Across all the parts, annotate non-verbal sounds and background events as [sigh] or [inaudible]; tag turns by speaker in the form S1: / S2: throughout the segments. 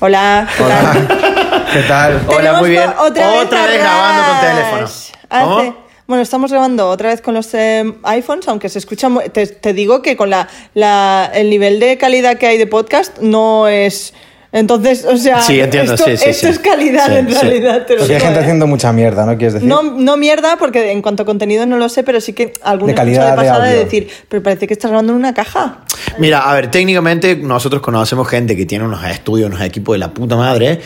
S1: Hola, ¿qué tal? [laughs]
S2: Hola. ¿Qué
S3: [laughs]
S2: tal? Hola,
S1: Tenemos
S2: muy bien.
S1: co- Otra,
S2: Otra
S1: vez, Ah, a
S2: grabando con
S1: Rush.
S2: teléfono.
S1: Hace-
S2: ¿Cómo?
S1: Bueno, estamos grabando otra vez con los eh, iPhones, aunque se escucha. mu- Te, te digo que con la, la- el nivel de calidad que hay de podcast no es. Entonces, o sea,
S3: Sí, entiendo,
S1: esto,
S3: sí, sí,
S1: esto
S3: sí.
S1: es calidad
S3: Sí,
S1: en
S3: sí.
S1: realidad. Te lo
S2: Porque hay
S1: digo,
S2: gente
S1: ¿eh?
S2: haciendo mucha mierda, ¿no quieres decir?
S1: No, no mierda, porque en cuanto a contenido no lo sé, pero sí que alguna
S2: De calidad
S1: de
S2: de
S1: pasada de,
S2: audio.
S1: decir, pero parece que estás grabando en una caja.
S3: Mira, a ver, técnicamente nosotros conocemos gente que tiene unos estudios, unos equipos de la puta madre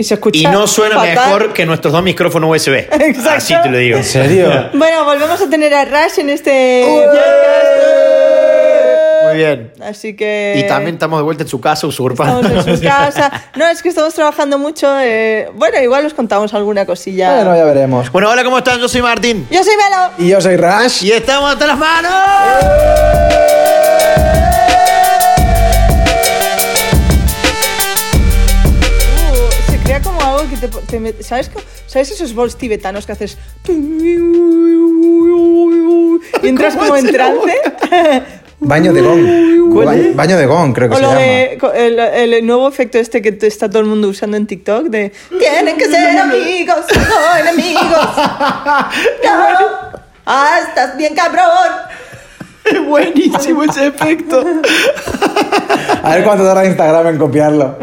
S1: Y se escucha.
S3: y no suena
S1: fatal.
S3: mejor que nuestros dos micrófonos USB.
S1: Exacto.
S3: Así te lo digo.
S2: ¿En serio?
S1: Bueno, volvemos a tener a Rush en este podcast.
S3: [laughs] Muy bien.
S1: Así que.
S3: Y también estamos de vuelta en su casa usurpando.
S1: Eh, Estamos
S2: [laughs]
S3: [laughs]
S1: en su casa. No, es que estamos trabajando mucho. eh, Bueno, igual os contamos alguna cosilla.
S2: Bueno, ya veremos.
S3: Bueno, hola, ¿cómo están? Yo soy Martín.
S1: Yo soy Melo.
S2: Y yo soy Rash.
S3: Y estamos hasta las manos.
S1: Uh, se crea como algo que te. te met- ¿sabes, co- ¿Sabes esos bols tibetanos que
S2: [laughs]
S1: haces. Y entras
S3: ¿Cómo
S1: como en
S3: hace la
S1: trance?
S2: Baño de gong.
S3: ¿Cuál
S2: Ba-
S3: es?
S2: Baño de gong, creo
S1: [laughs]
S2: que
S1: O
S2: se
S1: lo
S2: llama.
S1: de, co- el, el nuevo efecto este que te- está todo el mundo usando en TikTok de Tienen que ser amigos, no enemigos.
S2: [laughs]
S1: No. Ah, estás bien cabrón.
S3: Es buenísimo ese efecto.
S2: A ver cuánto tarda Instagram en copiarlo.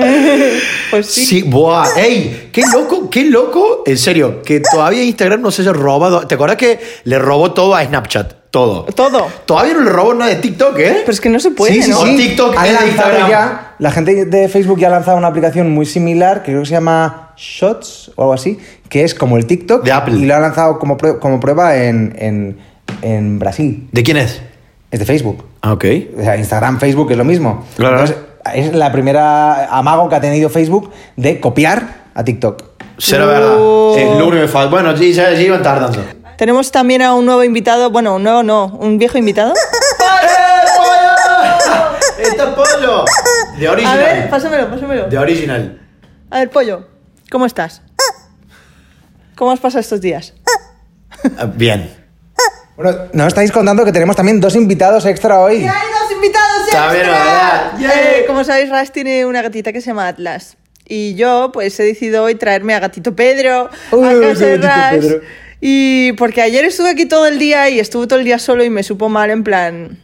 S1: Pues sí.
S3: Sí, buah. Ey, qué loco, qué loco. En serio, que todavía Instagram no se haya robado. ¿Te acuerdas que le robó todo a Snapchat? Todo.
S1: Todo.
S3: Todavía no le robó nada de TikTok, ¿eh?
S1: Pero es que no se puede,
S3: Sí, sí,
S1: ¿no?
S3: sí. TikTok es
S2: ha
S3: de
S2: lanzado
S3: Instagram.
S2: ya, la gente de Facebook ya ha lanzado una aplicación muy similar que creo que se llama Shots o algo así, que es como el TikTok
S3: De Apple.
S2: y lo ha lanzado como, prue- como prueba en, en, en Brasil.
S3: ¿De quién es?
S2: Es de Facebook.
S3: Ah, ok.
S2: O sea, Instagram, Facebook es lo mismo.
S3: Claro.
S2: Entonces, es la primera amago que ha tenido Facebook de copiar a TikTok.
S3: Será
S1: No. ¡Eh,
S3: verdad. Es lo único que falta. Bueno, sí, ya, ya iban tardando.
S1: Tenemos también a un nuevo invitado, bueno, un nuevo no, un viejo invitado.
S3: ¡Eh, ¡Está Polo! De
S1: A ver,
S3: original.
S1: pásamelo, pásamelo.
S3: De original.
S1: A ver, pollo, ¿cómo estás? ¿Cómo has pasado estos días?
S3: Ah, Bien.
S2: Bueno, nos estáis contando que tenemos también dos invitados extra hoy.
S1: ¡Hay dos invitados ¿eh?
S3: Está bien,
S1: extra!
S3: ¿verdad? Yeah.
S1: Eh, como sabéis, Ras tiene una gatita que se llama Atlas. Y yo, pues, he decidido hoy traerme a Gatito Pedro
S2: Uy,
S1: a
S2: qué
S1: casa de
S2: gatito
S1: Ras.
S2: Pedro.
S1: Y porque ayer estuve aquí todo el día y estuve todo el día solo y me supo mal, en plan...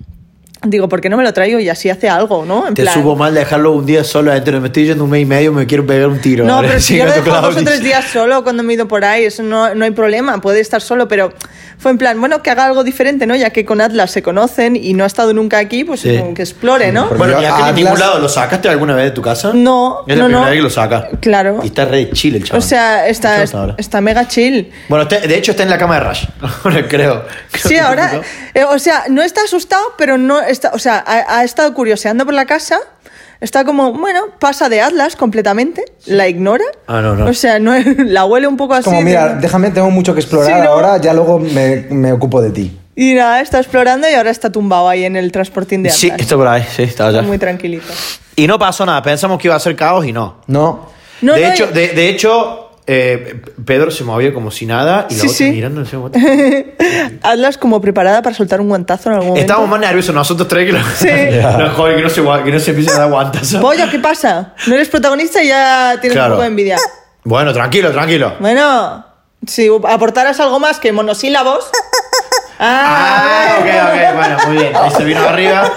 S1: Digo, ¿por qué no me lo traigo? Y así hace algo, ¿no? En
S3: Te
S1: plan,
S3: supo mal dejarlo un día solo adentro. Me estoy yendo un mes y medio, me quiero pegar un tiro.
S1: No,
S3: Ahora [laughs]
S1: pero
S3: sí,
S1: si yo lo
S3: gato
S1: dejo dos o
S3: Claudio.
S1: tres días solo cuando me he ido por ahí, eso no, no hay problema, puede estar solo, pero fue en plan, bueno, que haga algo diferente, ¿no? Ya que con Atlas se conocen y no ha estado nunca aquí, pues
S3: Sí.
S1: como que explore, ¿no?
S2: Porque
S3: Bueno,
S2: yo
S3: ¿y a
S2: a
S3: qué ningún
S2: Atlas-
S3: lado lo sacaste alguna vez de tu casa?
S1: No,
S3: Es
S1: no,
S3: la primera
S1: no.
S3: vez que lo saca.
S1: Claro.
S3: Y está re chill el chaval.
S1: O sea, está,
S3: Está hasta ahora.
S1: está mega
S3: [laughs]
S1: chill.
S3: Bueno, está- de hecho está en la cama de Rush. [laughs] Ahora creo.
S1: Sí, ahora, eh, o sea, no está asustado, pero no está, o sea, ha, ha estado curioseando por la casa. Está como, bueno, pasa de Atlas completamente, la ignora.
S3: Ah, no, no.
S1: O sea, no, [laughs] la huele un poco
S2: Es
S1: así.
S2: como, mira,
S1: de-
S2: déjame, tengo mucho que explorar
S1: Sí, ¿no?
S2: ahora, ya luego me, me ocupo de ti.
S1: Y nada, está explorando y ahora está tumbado ahí en el transportín de Atlas.
S3: Sí, está por ahí. Sí, está allá.
S1: Muy tranquilito.
S3: Y no pasó nada. Pensamos que iba a ser caos y no.
S2: No.
S1: No,
S3: de,
S1: no,
S3: hecho,
S1: y-
S3: de, de hecho, eh, Pedro se movió como si nada y la
S1: Sí,
S3: otra
S1: sí.
S3: mirando en
S1: [laughs]
S3: ese momento.
S1: Atlas como preparada para soltar un guantazo en algún momento.
S3: Estábamos más nerviosos nosotros tres que los,
S1: Sí.
S3: [laughs] los jóvenes que no se, gua- que no se empiecen a dar guantazos.
S1: Pollo, ¿qué pasa? No eres protagonista y ya tienes
S3: Claro.
S1: un poco de envidia.
S3: Bueno, tranquilo, tranquilo.
S1: Bueno, si aportaras algo más que monosílabos.
S3: Ah, ok, ok, bueno, muy bien. Ahí se vino arriba.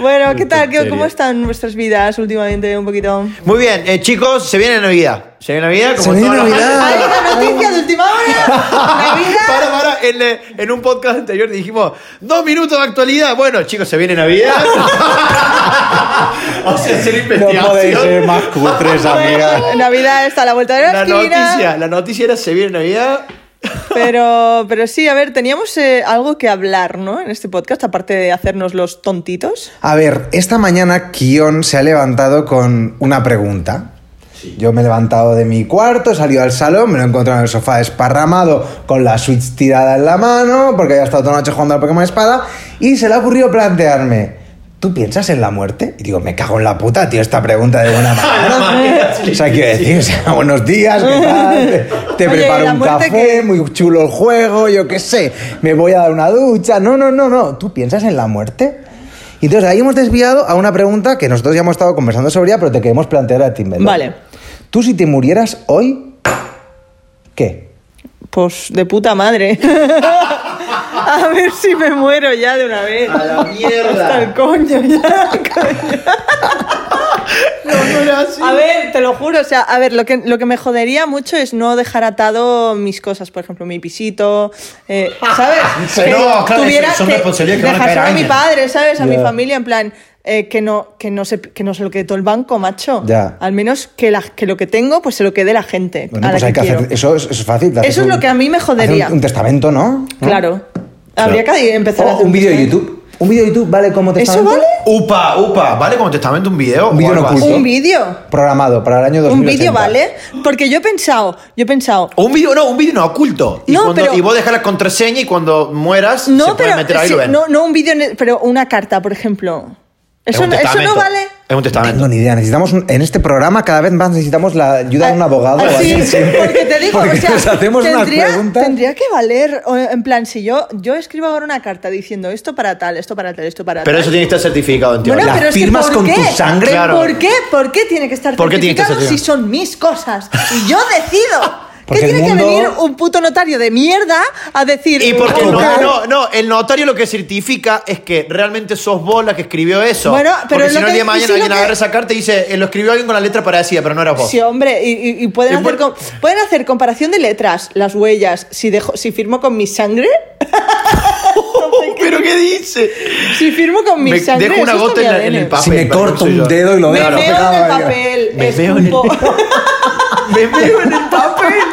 S1: Bueno, ¿qué tal? ¿Qué-
S3: Tontería.
S1: ¿Cómo están vuestras vidas últimamente? Un poquito.
S3: Muy bien, eh, chicos, se viene Navidad. Se viene Navidad como
S2: Se viene
S3: todas las-
S2: Navidad.
S1: ¡Hay una noticia de última
S3: [laughs]
S1: hora!
S3: Para,
S1: ¡Navidad!
S3: para, en, eh, en un podcast anterior dijimos dos minutos de actualidad. Bueno, chicos, se
S1: [laughs]
S3: viene Navidad. [laughs] o sea, hacer investigación.
S2: más
S1: [laughs]
S2: cutres,
S1: Bueno, Navidad está a la vuelta de la,
S3: Pues, La
S1: esquina.
S3: noticia, la noticia era se viene Navidad.
S1: Pero, pero sí, a ver, teníamos eh, algo que hablar, ¿no? En este podcast, aparte de hacernos los tontitos.
S2: A ver, esta mañana Kion se ha levantado con una pregunta. Yo me he levantado de mi cuarto, he salido al salón, me lo he encontrado en el sofá esparramado con la Switch tirada en la mano, porque había estado toda la noche jugando al Pokémon Espada, y se le ha ocurrido plantearme, ¿tú piensas en la muerte? Y digo, me cago en la puta, tío, esta pregunta de buena mañana. o sea, quiero decir, [laughs] o sea, buenos días, ¿qué tal? Te
S1: Oye, ¿y
S2: preparo
S1: la
S2: un
S1: muerte
S2: café,
S1: qué?
S2: muy chulo el juego, yo qué sé, me voy a dar una ducha. No, no, no, no. ¿Tú piensas en la muerte? Y entonces ahí hemos desviado a una pregunta que nosotros ya hemos estado conversando sobre ella, pero te queremos plantear a ti, Belo.
S1: Vale.
S2: Tú si te murieras hoy, ¿qué?
S1: Pues de puta madre. [laughs] A ver si me muero ya de una vez.
S3: A la mierda.
S1: Hasta el coño
S3: [laughs]
S1: ya. coño.
S3: no era así.
S1: A ver, te lo juro, o sea, a ver, lo que, lo que me jodería mucho es no dejar atado mis cosas, por ejemplo, mi pisito, eh, ¿sabes?
S3: [laughs] Sí, no, claro, son
S1: que
S3: responsabilidades que van
S1: dejárselo
S3: a caer
S1: a mi
S3: años.
S1: padre, ¿sabes? A mi
S2: Ya.
S1: familia, en plan, eh, que, no, que, no se, que no se lo quede todo el banco, macho.
S2: Ya.
S1: Al menos que, la, que lo que tengo, pues se lo quede la gente.
S2: Bueno,
S1: a la
S2: pues hay que
S1: quiero.
S2: hacer. Eso es, es fácil. te haces
S1: Eso es
S2: un-
S1: lo que a mí me
S2: hacer un-
S1: jodería.
S2: Un, testamento, ¿no?
S1: Claro. Habría que empezar a
S2: O
S1: hacer
S2: un vídeo de
S1: test-
S2: YouTube. ¿Un vídeo de YouTube vale como
S1: ¿Eso
S2: testamento?
S1: vale?
S3: Upa, upa, ¿vale como testamento un video?
S2: Un video
S3: o algo
S2: no
S3: así?
S2: oculto.
S1: Un vídeo.
S2: Programado para el año 2080.
S1: Un vídeo, ¿vale? Porque yo he pensado, yo he pensado,
S3: Un video no, un video no oculto. y,
S1: No,
S3: cuando-
S1: pero-
S3: y vos dejas la contraseña y cuando mueras se
S1: no,
S3: puede
S1: pero
S3: meter ¿eh? ahí y
S1: sí,
S3: lo ven.
S1: no, no un vídeo, en el- pero una carta, por ejemplo.
S3: Es
S1: Eso,
S3: un
S1: no- eso no
S3: testamento.
S1: vale.
S3: Es un
S2: No
S3: testamento.
S2: tengo ni idea. Necesitamos un- en este programa cada vez más necesitamos la ayuda de un
S1: Ah,
S2: abogado. o
S1: ah, sí,
S2: alguien así.
S1: porque te digo,
S2: Porque
S1: o sea,
S2: nos hacemos unas
S1: tendría,
S2: preguntas.
S1: tendría que valer, o, en plan, si yo, yo escribo ahora una carta diciendo esto para tal, esto para tal, esto para
S3: Pero
S1: tal.
S3: eso tiene que estar certificado en teoría.
S1: Bueno,
S2: ¿Las
S1: pero es que
S2: firmas
S1: ¿por
S2: con
S1: qué?
S2: tu sangre?
S3: Claro.
S1: ¿Por qué? ¿Por qué tiene que estar
S3: ¿Por qué tiene que estar
S1: certificado si
S3: certificado?
S1: son mis cosas? Y yo
S3: [laughs]
S1: decido. ¿Qué
S2: Porque el
S1: tiene que
S2: mundo-
S1: venir un puto notario de mierda a decir?
S3: Y porque
S1: "Oh,
S3: no,
S1: claro".
S3: no, no, el notario lo que certifica es que realmente sos vos la que escribió eso.
S1: Bueno, pero
S3: porque si
S1: lo
S3: no
S1: que-
S3: el día de
S1: y si
S3: mañana
S1: lo
S3: alguien
S1: que-
S3: agarra esa carta y dice, "Eh, lo escribió alguien con la letra parecida, pero no eras vos.
S1: Sí, hombre, y, y- y pueden,
S3: Y
S1: hacer
S3: por-
S1: com- pueden hacer comparación de letras, las huellas, si, dejo, si firmo con mi sangre, [laughs]
S3: [laughs] ¿Pero qué dice?
S1: si firmo con mi
S3: Me
S1: sangre.
S3: dejo una
S1: eso
S3: gota en,
S1: está
S3: la- en el
S1: ADN.
S3: papel.
S2: Si me
S3: Ah, pero
S2: corto
S3: no soy
S2: un
S3: yo.
S2: dedo y lo
S1: Me
S2: Claro,
S1: veo en el
S2: pecado,
S1: papel,
S3: Me veo en el-
S1: escupo.
S3: Me veo en el papel,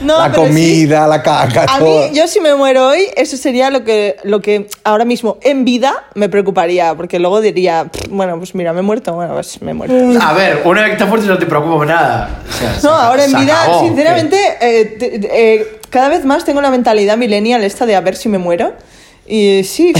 S1: No,
S2: la
S1: pero
S2: comida, la caca,
S1: A
S2: todo.
S1: mí, yo si me muero hoy, eso sería lo que, lo que ahora mismo en vida me preocuparía, porque luego diría, "Pff, bueno, pues mira, me he muerto, bueno, pues me he muerto.
S3: A ver, una vez que estás fuerte no te preocupa por nada. O sea, se-
S1: No, ahora en
S3: se
S1: vida,
S3: acabó.
S1: sinceramente, eh, te- te- eh, cada vez más tengo la mentalidad millennial esta de a ver si me muero. Y eh, sí,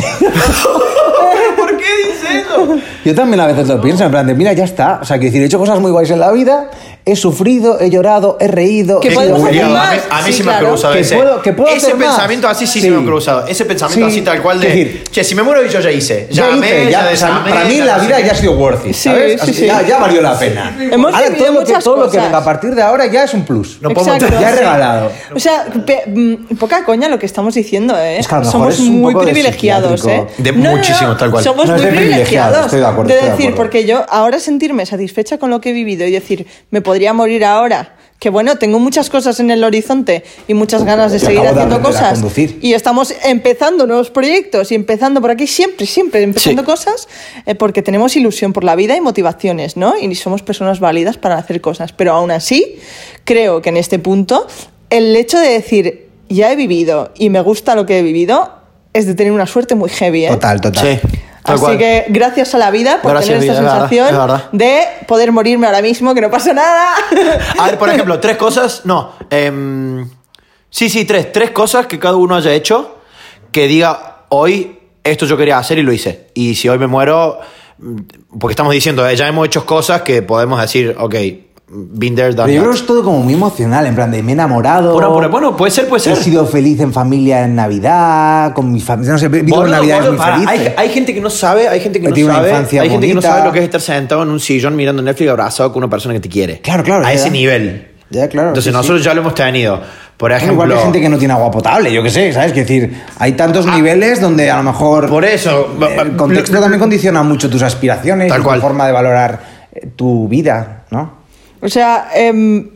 S3: ¿Por qué dice eso?
S2: Yo también a veces lo pienso, en plan de, mira, ya está. O sea, quiero decir, he hecho cosas muy guays en la vida, he sufrido, he llorado, he reído.
S1: Que
S2: he
S1: podemos
S2: sido
S1: hacer
S2: bueno.
S1: más.
S3: A mí, a mí
S1: Sí,
S3: sí, me
S1: claro.
S3: ha cruzado
S2: Que
S3: ese.
S2: puedo- que puedo
S3: ese
S2: hacer más.
S3: pensamiento así sí,
S2: Sí.
S3: se me ha cruzado. Ese pensamiento
S2: Sí.
S3: así tal cual de.
S2: Es decir,
S3: che, si me muero yo ya hice.
S2: Ya
S3: Ya,
S2: hice,
S3: amé,
S2: ya-
S3: ya
S2: o sea,
S3: desamé,
S2: para mí
S3: ya
S2: la
S3: no sé
S2: vida
S3: qué.
S2: ya ha sido worth it,
S1: Sí,
S2: ¿sabes?
S1: sí,
S2: Así,
S1: sí.
S2: Ya, ya valió la pena.
S1: Hemos
S2: Ahora
S1: vivido
S2: todo lo, que,
S1: muchas
S2: todo lo que
S1: cosas.
S2: venga a partir de ahora ya es un plus.
S3: No podemos-
S1: Exacto.
S2: ya he regalado.
S1: O sea, pe- mm, poca coña lo que estamos diciendo, ¿eh?
S2: Es que a lo mejor
S1: somos
S2: es un
S1: muy
S2: poco de
S1: privilegiados, ¿eh?
S2: psiquiátrico.
S3: De muchísimo, tal cual.
S1: Somos
S2: No, es
S1: muy
S2: de privilegiados,
S1: privilegiados.
S2: estoy de acuerdo,
S1: De
S2: estoy de
S1: decir,
S2: acuerdo.
S1: porque yo ahora sentirme satisfecha con lo que he vivido y decir, me podría morir ahora. Que bueno, tengo muchas cosas en el horizonte y muchas ganas de
S2: Te
S1: seguir
S2: acabo de
S1: haciendo
S2: aprender a
S1: cosas.
S2: conducir.
S1: Y estamos empezando nuevos proyectos y empezando por aquí siempre, siempre empezando cosas eh, porque tenemos ilusión por la vida y motivaciones, ¿no? Y somos personas válidas para hacer cosas. Pero aún así, creo que en este punto, el hecho de decir, ya he vivido y me gusta lo que he vivido, es de tener una suerte muy heavy, ¿eh?
S2: Total, total.
S3: tal
S1: Así
S3: cual.
S1: que gracias a la vida por
S3: Gracias,
S1: tener esta
S3: vida, es verdad,
S1: sensación
S3: es verdad.
S1: de poder morirme ahora mismo, que no pasa nada. [laughs]
S3: A ver, por
S2: [laughs]
S3: ejemplo, tres cosas. No. em, sí, sí, tres. Tres cosas que cada uno haya hecho que diga hoy esto yo quería hacer y lo hice. Y si hoy me muero. mm, Porque estamos diciendo, eh, ya hemos hecho cosas que podemos decir, ok, been there,
S2: Pero
S3: done
S2: yo creo
S3: that.
S2: que es todo como muy emocional, en plan de me he enamorado.
S3: Bueno, bueno, bueno, puede ser, puede ser.
S2: He sido feliz en familia en Navidad, con mi familia. No sé, vivo
S3: Boludo,
S2: en Navidad
S3: boludo,
S2: muy
S3: para,
S2: feliz.
S3: hay, hay gente que no sabe, hay gente que
S2: Que
S3: no
S2: tiene una
S3: sabe,
S2: infancia
S3: hay gente que no
S2: bonita.
S3: sabe lo que es estar sentado en un sillón mirando Netflix abrazado con una persona que te quiere.
S2: Claro, claro,
S3: A
S2: ya.
S3: ese nivel.
S2: Ya, claro,
S3: Entonces
S2: sí, sí.
S3: nosotros ya lo hemos tenido. Por
S2: Bueno,
S3: ejemplo, Ah.
S2: Igual que hay gente que no tiene agua potable, yo qué sé, ¿sabes? Quiero decir, hay tantos niveles donde a lo mejor
S3: por eso
S2: Eh, el contexto también condiciona mucho tus aspiraciones
S3: Tal
S2: y
S3: cual.
S2: tu forma de valorar eh, tu vida, ¿no?
S1: o sea, em,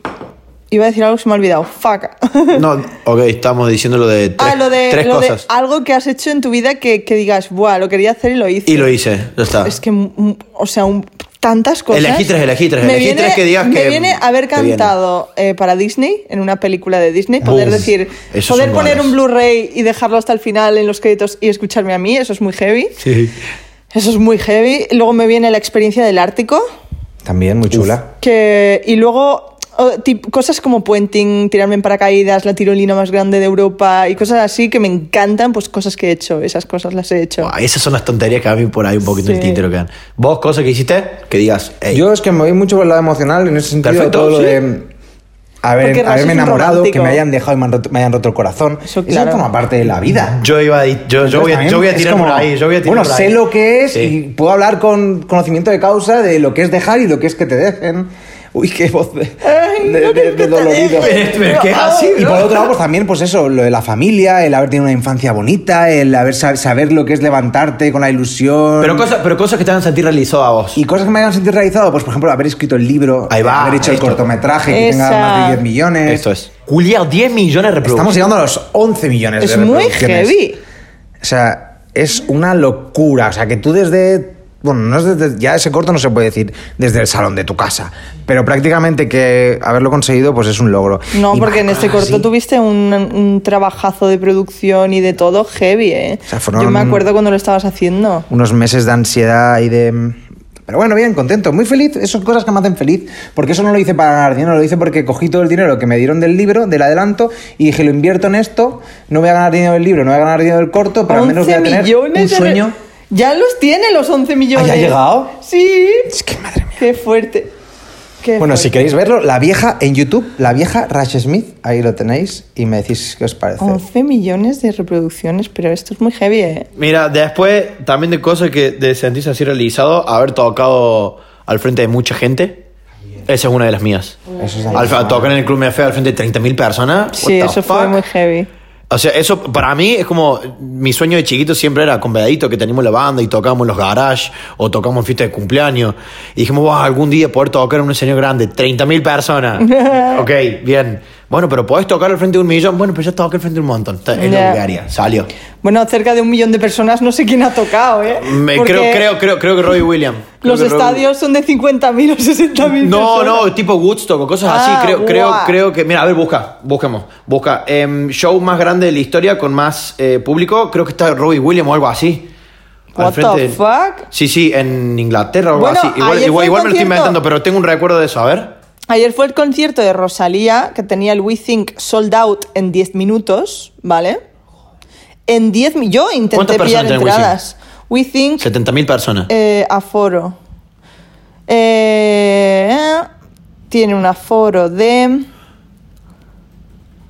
S1: iba a decir algo que se me ha olvidado. Fuck. [laughs]
S3: No, ok, estamos diciendo lo de tres,
S1: ah, lo de,
S3: tres
S1: lo de
S3: cosas.
S1: algo que has hecho en tu vida que, que digas, buah, lo quería hacer y lo hice.
S3: y lo hice, ya está.
S1: Es que, mm, o sea, un- tantas cosas.
S3: Elegí tres, elegí tres,
S1: Me
S3: elegí
S1: viene-
S3: tres que digas
S1: me
S3: que
S1: viene haber
S3: te vienen.
S1: cantado eh, para Disney, en una película de Disney, poder
S3: Uf,
S1: decir,
S3: esos
S1: poder
S3: son
S1: poner
S3: buenos.
S1: un Blu-ray y dejarlo hasta el final en los créditos y escucharme a mí, eso es muy heavy.
S3: Sí.
S1: Eso es muy heavy. Luego me viene la experiencia del Ártico.
S2: También muy chula.
S1: Que, y luego, o tip- cosas como puenting, tirarme en paracaídas, la tirolina más grande de Europa y cosas así que me encantan, pues cosas que he hecho, esas cosas las he hecho.
S3: Buah, esas son las tonterías que a mí por ahí un poquito en el
S1: Sí.
S3: tintero quedan. Vos, cosas que hiciste, que digas, "Ey,
S2: Yo es que me voy mucho por el lado emocional en ese sentido.
S3: Perfecto,
S2: todo lo
S3: sí.
S2: de
S1: Porque
S2: haber,
S1: Ras
S2: haberme
S1: es un
S2: enamorado, que
S1: romántico.
S2: me hayan dejado y me, han roto- me hayan roto el corazón.
S1: Eso,
S2: Eso,
S1: claro.
S2: forma parte de la vida.
S3: Yo iba a, di- yo, yo voy, a,
S2: Entonces,
S3: yo voy a
S2: también
S3: tirar
S2: es
S3: por
S2: como,
S3: ahí, yo voy a tirar
S2: Bueno,
S3: por
S2: sé
S3: ahí.
S2: lo que es
S3: Sí.
S2: y puedo hablar con conocimiento de causa de lo que es dejar y lo que es que te dejen. Uy, qué voz de,
S1: Ay,
S2: de-
S1: no
S2: de-
S1: creo
S2: de
S1: que te ah,
S2: dolorido.
S1: dejen.
S3: Pero, pero ¿qué
S1: No.
S3: así?
S2: Y
S3: ¿no?
S2: por otro lado, pues también, pues eso, lo de la familia, el haber tenido una infancia bonita, el haber sab- saber lo que es levantarte con la ilusión.
S3: Pero cosas, pero cosas que te hagan sentir realizado a vos.
S2: Y cosas que me hayan sentido realizado, pues por ejemplo, haber escrito el libro,
S3: Ahí va,
S2: haber hecho
S3: esto.
S2: el cortometraje que
S1: Esa.
S2: tenga más de 10 millones.
S3: Esto es. Culiar 10 millones de
S2: Estamos
S3: reproducciones.
S2: llegando a los 11 millones
S1: es
S2: de
S1: muy
S2: reproducciones.
S1: heavy.
S2: O sea, es una locura. O sea, que tú desde. Bueno, no es desde, ya ese corto no se puede decir desde el salón de tu casa. Pero prácticamente que haberlo conseguido, pues es un logro.
S1: No,
S2: Y
S1: porque en
S2: más
S1: este
S2: cosas
S1: corto
S2: así.
S1: tuviste un, un trabajazo de producción y de todo heavy, ¿eh?
S2: O sea, fueron-
S1: Yo me acuerdo cuando lo estabas haciendo.
S2: unos meses de ansiedad y de... Pero bueno, bien, contento, muy feliz. Esas son cosas que me hacen feliz. Porque eso no lo hice para ganar dinero, lo hice porque cogí todo el dinero que me dieron del libro, del adelanto, y dije, lo invierto en esto, no voy a ganar dinero del libro, no voy a ganar dinero del corto, pero al menos voy a tener
S1: millones
S2: un
S1: de re-
S2: sueño.
S1: Ya los tiene los 11 millones.
S2: ¿Ah, ya ha llegado?
S1: Sí.
S2: Es que madre mía.
S1: Qué fuerte. Qué
S2: Bueno, si
S1: fuerte.
S2: queréis verlo, la vieja en YouTube, la vieja Rash Smith, ahí lo tenéis y me decís qué os parece.
S1: 11 millones de reproducciones, pero esto es muy heavy, ¿eh?
S3: Mira, después también de cosas que de sentirse así realizado, haber tocado al frente de mucha gente. Esa es una de las mías.
S2: Eso es
S3: Al, al tocar en el Club Mefe al frente de 30.000 personas. what
S1: Sí,
S3: the
S1: eso fue
S3: fuck?
S1: muy heavy.
S3: O sea, eso para mí es como mi sueño de chiquito siempre era con Vedadito, que teníamos la banda y tocábamos en los garages o tocamos en fiestas de cumpleaños. Y dijimos, wow, algún día poder tocar en un escenario grande,
S1: [laughs]
S3: 30.000 personas. ok, bien. Bueno, pero podés tocar al frente de un millón. Bueno, pero yo toqué al frente de un montón. Está- Es
S1: Ya.
S3: la Bulgaria, salió.
S1: Bueno, cerca de un millón de personas, no sé quién ha tocado, ¿eh?
S3: Me-
S1: Porque
S3: creo, creo, creo, creo que Robbie Williams. Creo
S1: Los
S3: que Robbie-
S1: estadios son de 50.000 o 60.000.
S3: No,
S1: personas.
S3: no, tipo Woodstock o cosas
S1: Ah,
S3: así. Creo, creo,
S1: guau.
S3: creo que. Mira, a ver, busca, buscamos. Busca. Em, show más grande de la historia con más eh, público. Creo que está Robbie Williams o algo así. Al
S1: What
S3: frente
S1: the
S3: de-
S1: fuck?
S3: Sí, sí, en Inglaterra o algo
S1: Bueno,
S3: así. Igual,
S1: ayer fue
S3: igual,
S1: el
S3: igual me lo estoy
S1: concierto.
S3: inventando, pero tengo un recuerdo de eso. A ver.
S1: Ayer fue el concierto de Rosalía, que tenía el We Think sold out en 10 minutos, ¿vale? En 10 mi- Yo
S3: ¿Cuántas
S1: intenté
S3: personas
S1: pillar
S3: tiene We
S1: entradas. We Think,
S3: 70.000 personas.
S1: eh, aforo. Eh, tiene un aforo de.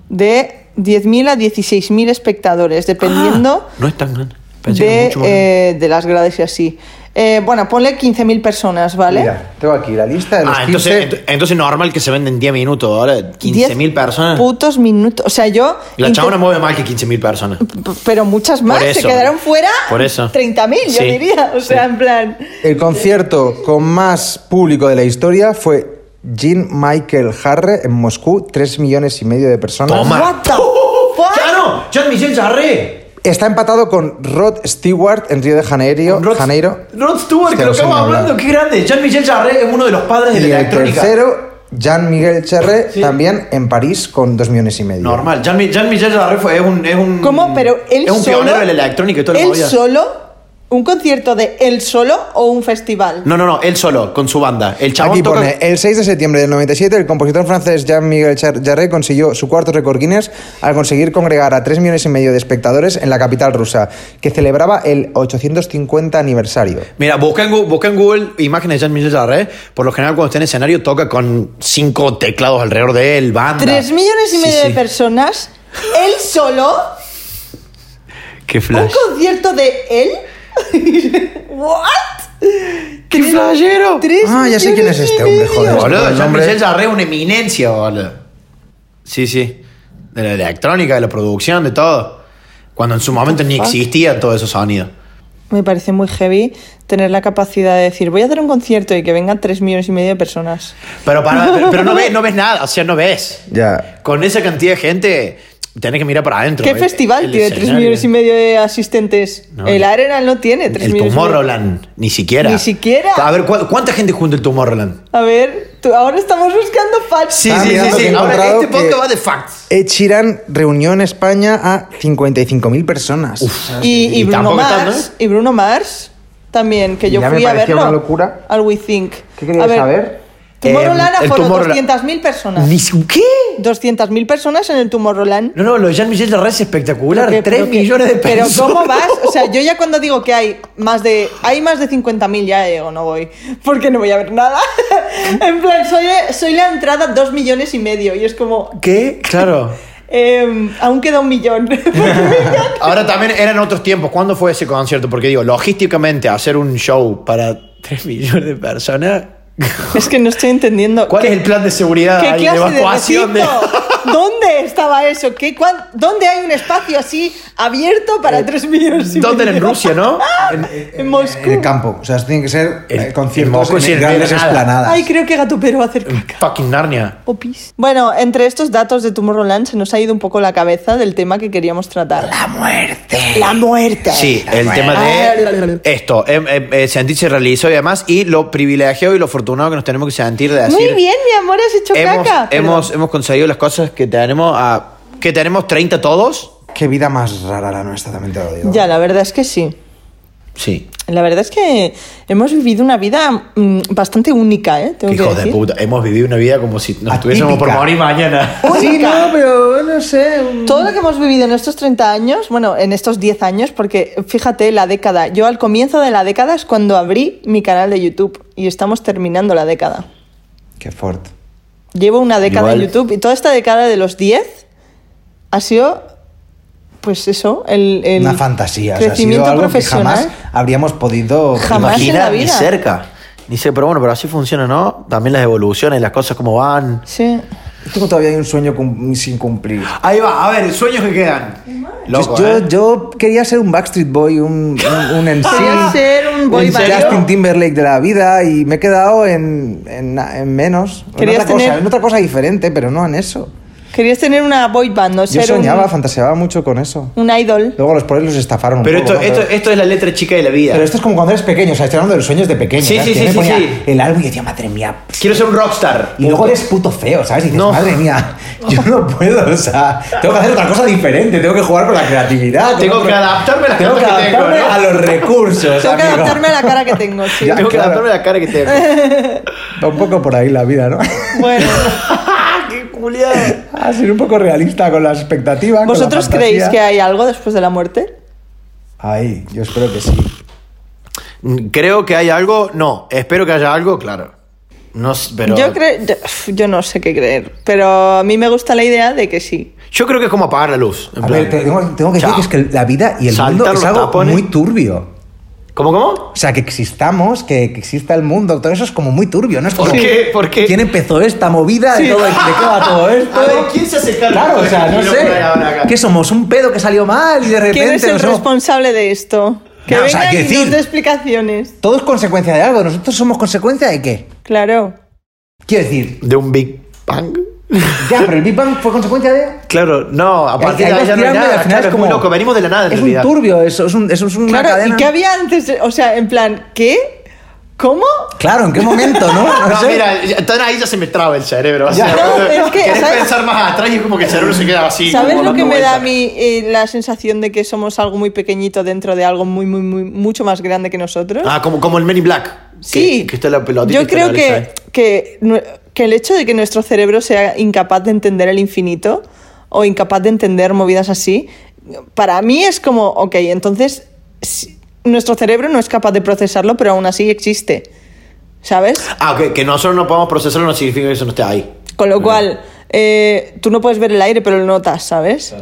S1: de 10.000 a 16.000 espectadores, dependiendo
S3: Ah, No es tan grande. Pensé que era
S1: de,
S3: mucho más grande.
S1: eh, de las gradas y así. Eh, bueno, ponle 15.000 personas, ¿vale?
S2: Mira, tengo aquí la lista de los
S3: Ah,
S2: 15.
S3: entonces, ent- entonces normal que se venden 10 minutos. Ahora 15.000
S1: 10
S3: personas.
S1: Putos minutos. O sea, yo.
S3: La
S1: inter-
S3: chabona mueve más que 15.000 personas.
S1: p- Pero muchas más.
S3: Por eso.
S1: Se quedaron fuera.
S3: Por eso.
S1: 30.000, yo
S3: Sí.
S1: diría. O sea, en plan.
S2: El concierto con más público de la historia fue Jean Michael Harre en Moscú, 3 millones y medio de personas.
S3: Toma.
S1: What
S3: [laughs]
S1: the fuck?
S3: ¡Claro! ¡John Michel Jarre!
S2: Está empatado con Rod Stewart en Río de Janeiro.
S3: Rod,
S2: Janeiro.
S3: Rod Stewart, que
S2: Hostia,
S3: lo
S2: no sé
S3: acabo
S2: ni
S3: hablando,
S2: hablar.
S3: qué grande. Jean-Michel Jarre es uno de los padres de
S2: Y
S3: la
S2: el
S3: electrónica.
S2: tercero, Jean Miguel Cherre, también en París con 2 millones y medio.
S3: Normal. Jean- Jean-Michel Jarre fue, es un, es un.
S1: ¿Cómo? Pero él
S3: Mm. Es un
S1: solo.
S3: pionero de la electrónica y todo lo que
S1: Él
S3: movía.
S1: solo. ¿Un concierto de él solo o un festival?
S3: No, no, no, él solo, con su banda. El chabón
S2: Aquí
S3: toca-
S2: pone, el 6 de septiembre del 97, el compositor francés Jean-Miguel Char- Jarre consiguió su cuarto récord Guinness al conseguir congregar a 3 millones y medio de espectadores en la capital rusa, que celebraba el 850 aniversario.
S3: Mira, busca en, Gu- busca en Google imágenes de Jean-Michel Jarre. Por lo general, cuando está en escenario, toca con cinco teclados alrededor de él, banda.
S1: Tres millones y
S3: Sí,
S1: medio
S3: sí.
S1: de personas. Él solo.
S3: Qué
S1: Un
S3: flash.
S1: concierto de él. [laughs] ¿What?
S3: ¡Qué flashero!
S1: Tres
S2: Ah, ya sé quién
S1: millones
S2: es
S1: y
S2: este hombre,
S1: medio.
S2: joder.
S3: Boludo,
S2: Buen nombre.
S3: Jean-Michel Jarre es una eminencia, boludo. Sí, sí. De la electrónica, de la producción, de todo. Cuando en su momento ni
S1: fuck?
S3: existía todo esos sonidos.
S1: Me parece muy heavy tener la capacidad de decir, voy a hacer un concierto y que vengan 3 millones y medio de personas.
S3: Pero, para-
S1: [laughs]
S3: pero- pero no, ves, no ves nada, o sea, no ves.
S2: Ya.
S3: Con esa cantidad de gente, tenés que mirar para adentro.
S1: ¿Qué
S3: El-
S1: festival
S3: eh, el
S1: tiene 3
S3: escenario.
S1: millones y medio de asistentes?
S3: No,
S1: el
S3: no.
S1: Arena no tiene 3
S3: El
S1: millones. y medio.
S3: Tomorrowland, ni siquiera.
S1: Ni siquiera.
S3: A ver, ¿cu- ¿cuánta gente junta el Tomorrowland?
S1: A ver, tú- ahora estamos buscando facts.
S3: Sí,
S2: Ah,
S3: sí,
S2: mira,
S3: sí,
S2: lo que
S3: sí.
S2: he
S3: Ahora
S2: encontrado
S3: este podcast
S2: que-
S3: va de facts.
S2: Ed Sheeran reunió en España a 55.000 personas.
S1: Y, y
S3: Y
S1: Bruno
S3: tampoco
S1: Mars.
S3: tanto, ¿eh?
S1: Y Bruno Mars también, que yo
S2: Ya me
S1: fui a
S2: parecía
S1: verlo.
S2: una locura.
S1: Al We Think.
S2: ¿Qué querías
S1: A ver,
S2: saber? Eh,
S1: Tomorrowland
S3: Em, el
S1: fueron
S3: Tomorrowland.
S1: 200.000 personas.
S3: Dis- ¿Qué?
S1: 200.000 personas en el Tomorrowland.
S3: No, no, lo de Jean-Michel Jarre es espectacular.
S1: Pero que-
S3: 3
S1: pero que-
S3: millones de personas.
S1: Pero ¿cómo vas? O sea, yo ya cuando digo que hay más de hay más de 50.000 ya digo, no voy, porque no voy a ver nada. [laughs] en plan, soy, soy la entrada 2 millones y medio y es como
S3: [laughs] ¿Qué? Claro.
S1: em, aún queda un millón. [laughs]
S3: Ahora también eran otros tiempos. ¿Cuándo fue ese concierto? Porque digo, logísticamente hacer un show para 3 [laughs] millones de personas.
S1: es que no estoy entendiendo.
S3: ¿Cuál
S1: ¿Qué-
S3: es el plan de seguridad
S1: ¿Qué
S3: ahí, de
S1: clase de
S3: evacuación? de-
S1: recinto? ¿Dónde estaba eso? ¿Qué, cuán- ¿Dónde hay un espacio así abierto para 3 millones y
S3: [laughs] Eh, ¿Dónde?
S1: medio?
S3: Era En
S1: [laughs]
S3: Rusia, ¿no? En-
S1: En Moscú.
S2: En el Eh, campo. O sea, tienen que ser
S3: El-
S2: eh,
S3: el
S2: conciertos
S3: Moscú
S2: en,
S3: sí, en
S2: grandes
S3: medio de nada.
S2: esplanadas.
S1: Ay, creo que Gato Pero hacer caca.
S3: fucking Narnia.
S1: O pis. Bueno, entre estos datos de Tomorrowland se nos ha ido un poco la cabeza del tema que queríamos tratar.
S2: ¡La muerte!
S1: La muerte.
S3: Sí, el tema de esto, em, em, eh, sentirse realizado y demás, y lo privilegiado y lo afortunado que nos tenemos que sentir de decir,
S1: Muy bien, mi amor, has hecho
S3: hemos,
S1: caca.
S3: hemos, hemos conseguido las cosas que tenemos, a, que tenemos 30 todos.
S2: Qué vida más rara la nuestra, también te lo digo.
S1: Perdón. Ya, la verdad es que sí.
S3: Sí,
S1: La verdad es que hemos vivido una vida mm, bastante única, ¿eh? Tengo
S3: qué
S1: que
S3: hijos de
S1: decir.
S3: puta. Hemos vivido una vida como si nos
S2: Atípica.
S3: estuviésemos por morir
S2: [laughs]
S3: mañana.
S2: Sí, no, pero no sé. un-
S1: Todo lo que hemos vivido en estos 30 años, bueno, en estos 10 años, porque fíjate, la década. Yo al comienzo de la década es cuando abrí mi canal de YouTube y estamos terminando la década.
S2: Qué fuerte.
S1: Llevo una década en
S3: Igual.
S1: YouTube y toda esta década de los 10 ha sido, pues eso, el, el
S2: Una fantasía. o sea, ha sido
S1: crecimiento
S2: algo
S1: profesional.
S2: Que jamás habríamos podido.
S1: Jamás. en la
S3: ni
S1: vida.
S3: cerca. Ni sé, pero bueno, pero así funciona, ¿no? También las evoluciones, las cosas como van.
S1: Sí.
S2: Tengo todavía un sueño cum- sin cumplir.
S3: Ahí va, a ver, sueños que quedan. Loco,
S2: yo,
S3: ¿eh?
S2: yo quería ser un Backstreet Boy, un, un,
S1: [laughs]
S2: un NSYNC,
S1: Quería ser un boy
S2: un
S1: band.
S2: Justin Timberlake de la vida y me he quedado en, en, en menos. En
S1: Querías
S2: otra, cosa,
S1: tener-
S2: en otra cosa diferente, pero no en eso.
S1: Querías tener una boy band, no
S2: Yo
S1: ser un-
S2: soñaba, fantaseaba mucho con eso.
S1: un, idol.
S2: Luego los pobres los estafaron un
S3: Pero
S2: poco,
S3: esto,
S2: ¿no?
S3: esto, esto es la letra chica de la vida.
S2: Pero esto es como cuando eres pequeño, o sea, estoy hablando de los sueños de pequeño.
S3: Sí,
S2: ¿sabes?
S3: sí,
S2: Que
S3: sí,
S2: yo me
S3: sí,
S2: ponía
S3: sí.
S2: El álbum y decía, madre mía.
S3: Quiero ser un rockstar.
S2: Y luego eres puto feo, ¿sabes? Y dices,
S3: No.
S2: madre mía, yo no puedo, o sea, tengo que hacer otra cosa diferente, tengo que jugar con la creatividad.
S3: Tengo
S2: con
S3: que adaptarme a las
S2: Tengo que
S3: cosas que tengo,
S2: adaptarme
S3: ¿no?
S2: a los recursos.
S1: Tengo que
S2: amigo.
S1: adaptarme a la cara que tengo, sí.
S3: [laughs]
S2: Ya.
S3: Tengo que
S2: claro.
S3: adaptarme a la cara que
S2: [laughs]
S3: tengo. [laughs]
S2: Va [laughs] un poco por ahí la vida, ¿no?
S1: Bueno,
S3: ¡Qué culiado!
S2: A ser Ah, un poco realista con las expectativas. con la
S1: ¿vosotros creéis
S2: fantasía.
S1: que hay algo después de la muerte?
S2: Ay, yo espero que sí.
S3: Creo que hay algo. No, espero que haya algo, claro. No, s- pero.
S1: Yo, creo, yo, yo no sé qué creer, pero a mí me gusta la idea de que sí.
S3: Yo creo que es como apagar la luz. en
S2: A
S3: plan.
S2: ver, te- tengo, tengo que decir
S3: Chao.
S2: que es que la vida y el
S3: Saltar
S2: mundo es
S3: los
S2: algo
S3: tapones.
S2: muy turbio.
S3: ¿Cómo, cómo?
S2: O sea, que existamos, que, que exista el mundo, todo eso es como muy turbio, ¿no? Es
S3: ¿Por
S2: como,
S3: qué? ¿Por qué?
S2: ¿Quién empezó esta movida?
S1: Sí.
S2: ¿De, todo- de qué
S3: [laughs]
S2: va todo esto?
S3: A ver, ¿quién se hace cargo
S2: Claro, o
S3: de
S2: sea,
S3: este
S2: no
S3: quilombo que hay ahora
S2: sé.
S3: acá?
S2: ¿Qué somos? ¿Un pedo que salió mal y de repente
S1: ¿Quién es el
S2: nos hemos-
S1: responsable de esto? Que
S2: No, o sea,
S1: venga y
S2: quiero
S1: nos
S2: decir-
S1: dé explicaciones.
S2: Todo es consecuencia de algo. ¿Nosotros somos consecuencia de qué?
S1: Claro.
S2: Quiero decir,
S3: ¿De un Big Bang?
S2: ya, pero el Big Bang fue consecuencia de...
S3: Claro, no, aparte
S2: Hay-
S3: de ahí
S2: hay
S3: ya no hay
S2: dos pirámides, al
S3: nada.
S2: final
S3: claro,
S2: es
S3: es muy
S2: como-
S3: loco, venimos de la nada en
S2: Es un
S3: realidad.
S2: turbio, eso es, un, eso es una
S1: Claro,
S2: cadena.
S1: ¿y qué había antes? de- o sea, en plan, ¿qué? ¿Cómo?
S2: Claro, ¿en qué momento, no? No,
S3: No,
S2: sé.
S3: mira, ya- entonces ahí ya se me traba el cerebro. o
S2: Ya.
S3: sea,
S1: No, es que,
S3: querés
S1: ¿sabes?
S3: pensar más atrás y es como que el cerebro se queda así.
S1: ¿Sabes
S3: como
S1: lo que
S3: dando
S1: me da a
S3: vueltas.
S1: mí eh, la sensación de que somos algo muy pequeñito dentro de algo muy, muy, muy, mucho más grande que nosotros?
S3: Ah, como, como el Men in Black. que-
S1: sí.
S3: Que, está la pelotita. y
S1: Yo
S3: está
S1: creo
S3: la
S1: que,
S3: derecha, ¿eh?
S1: que, nu- que el hecho de que nuestro cerebro sea incapaz de entender el infinito o incapaz de entender movidas así, para mí es como, ok, entonces si- nuestro cerebro no es capaz de procesarlo, pero aún así existe. ¿Sabes?
S3: Ah, ok, que nosotros no podamos procesarlo no significa que eso no esté ahí.
S1: Con lo cual, eh, tú no puedes ver el aire, pero lo notas, ¿sabes?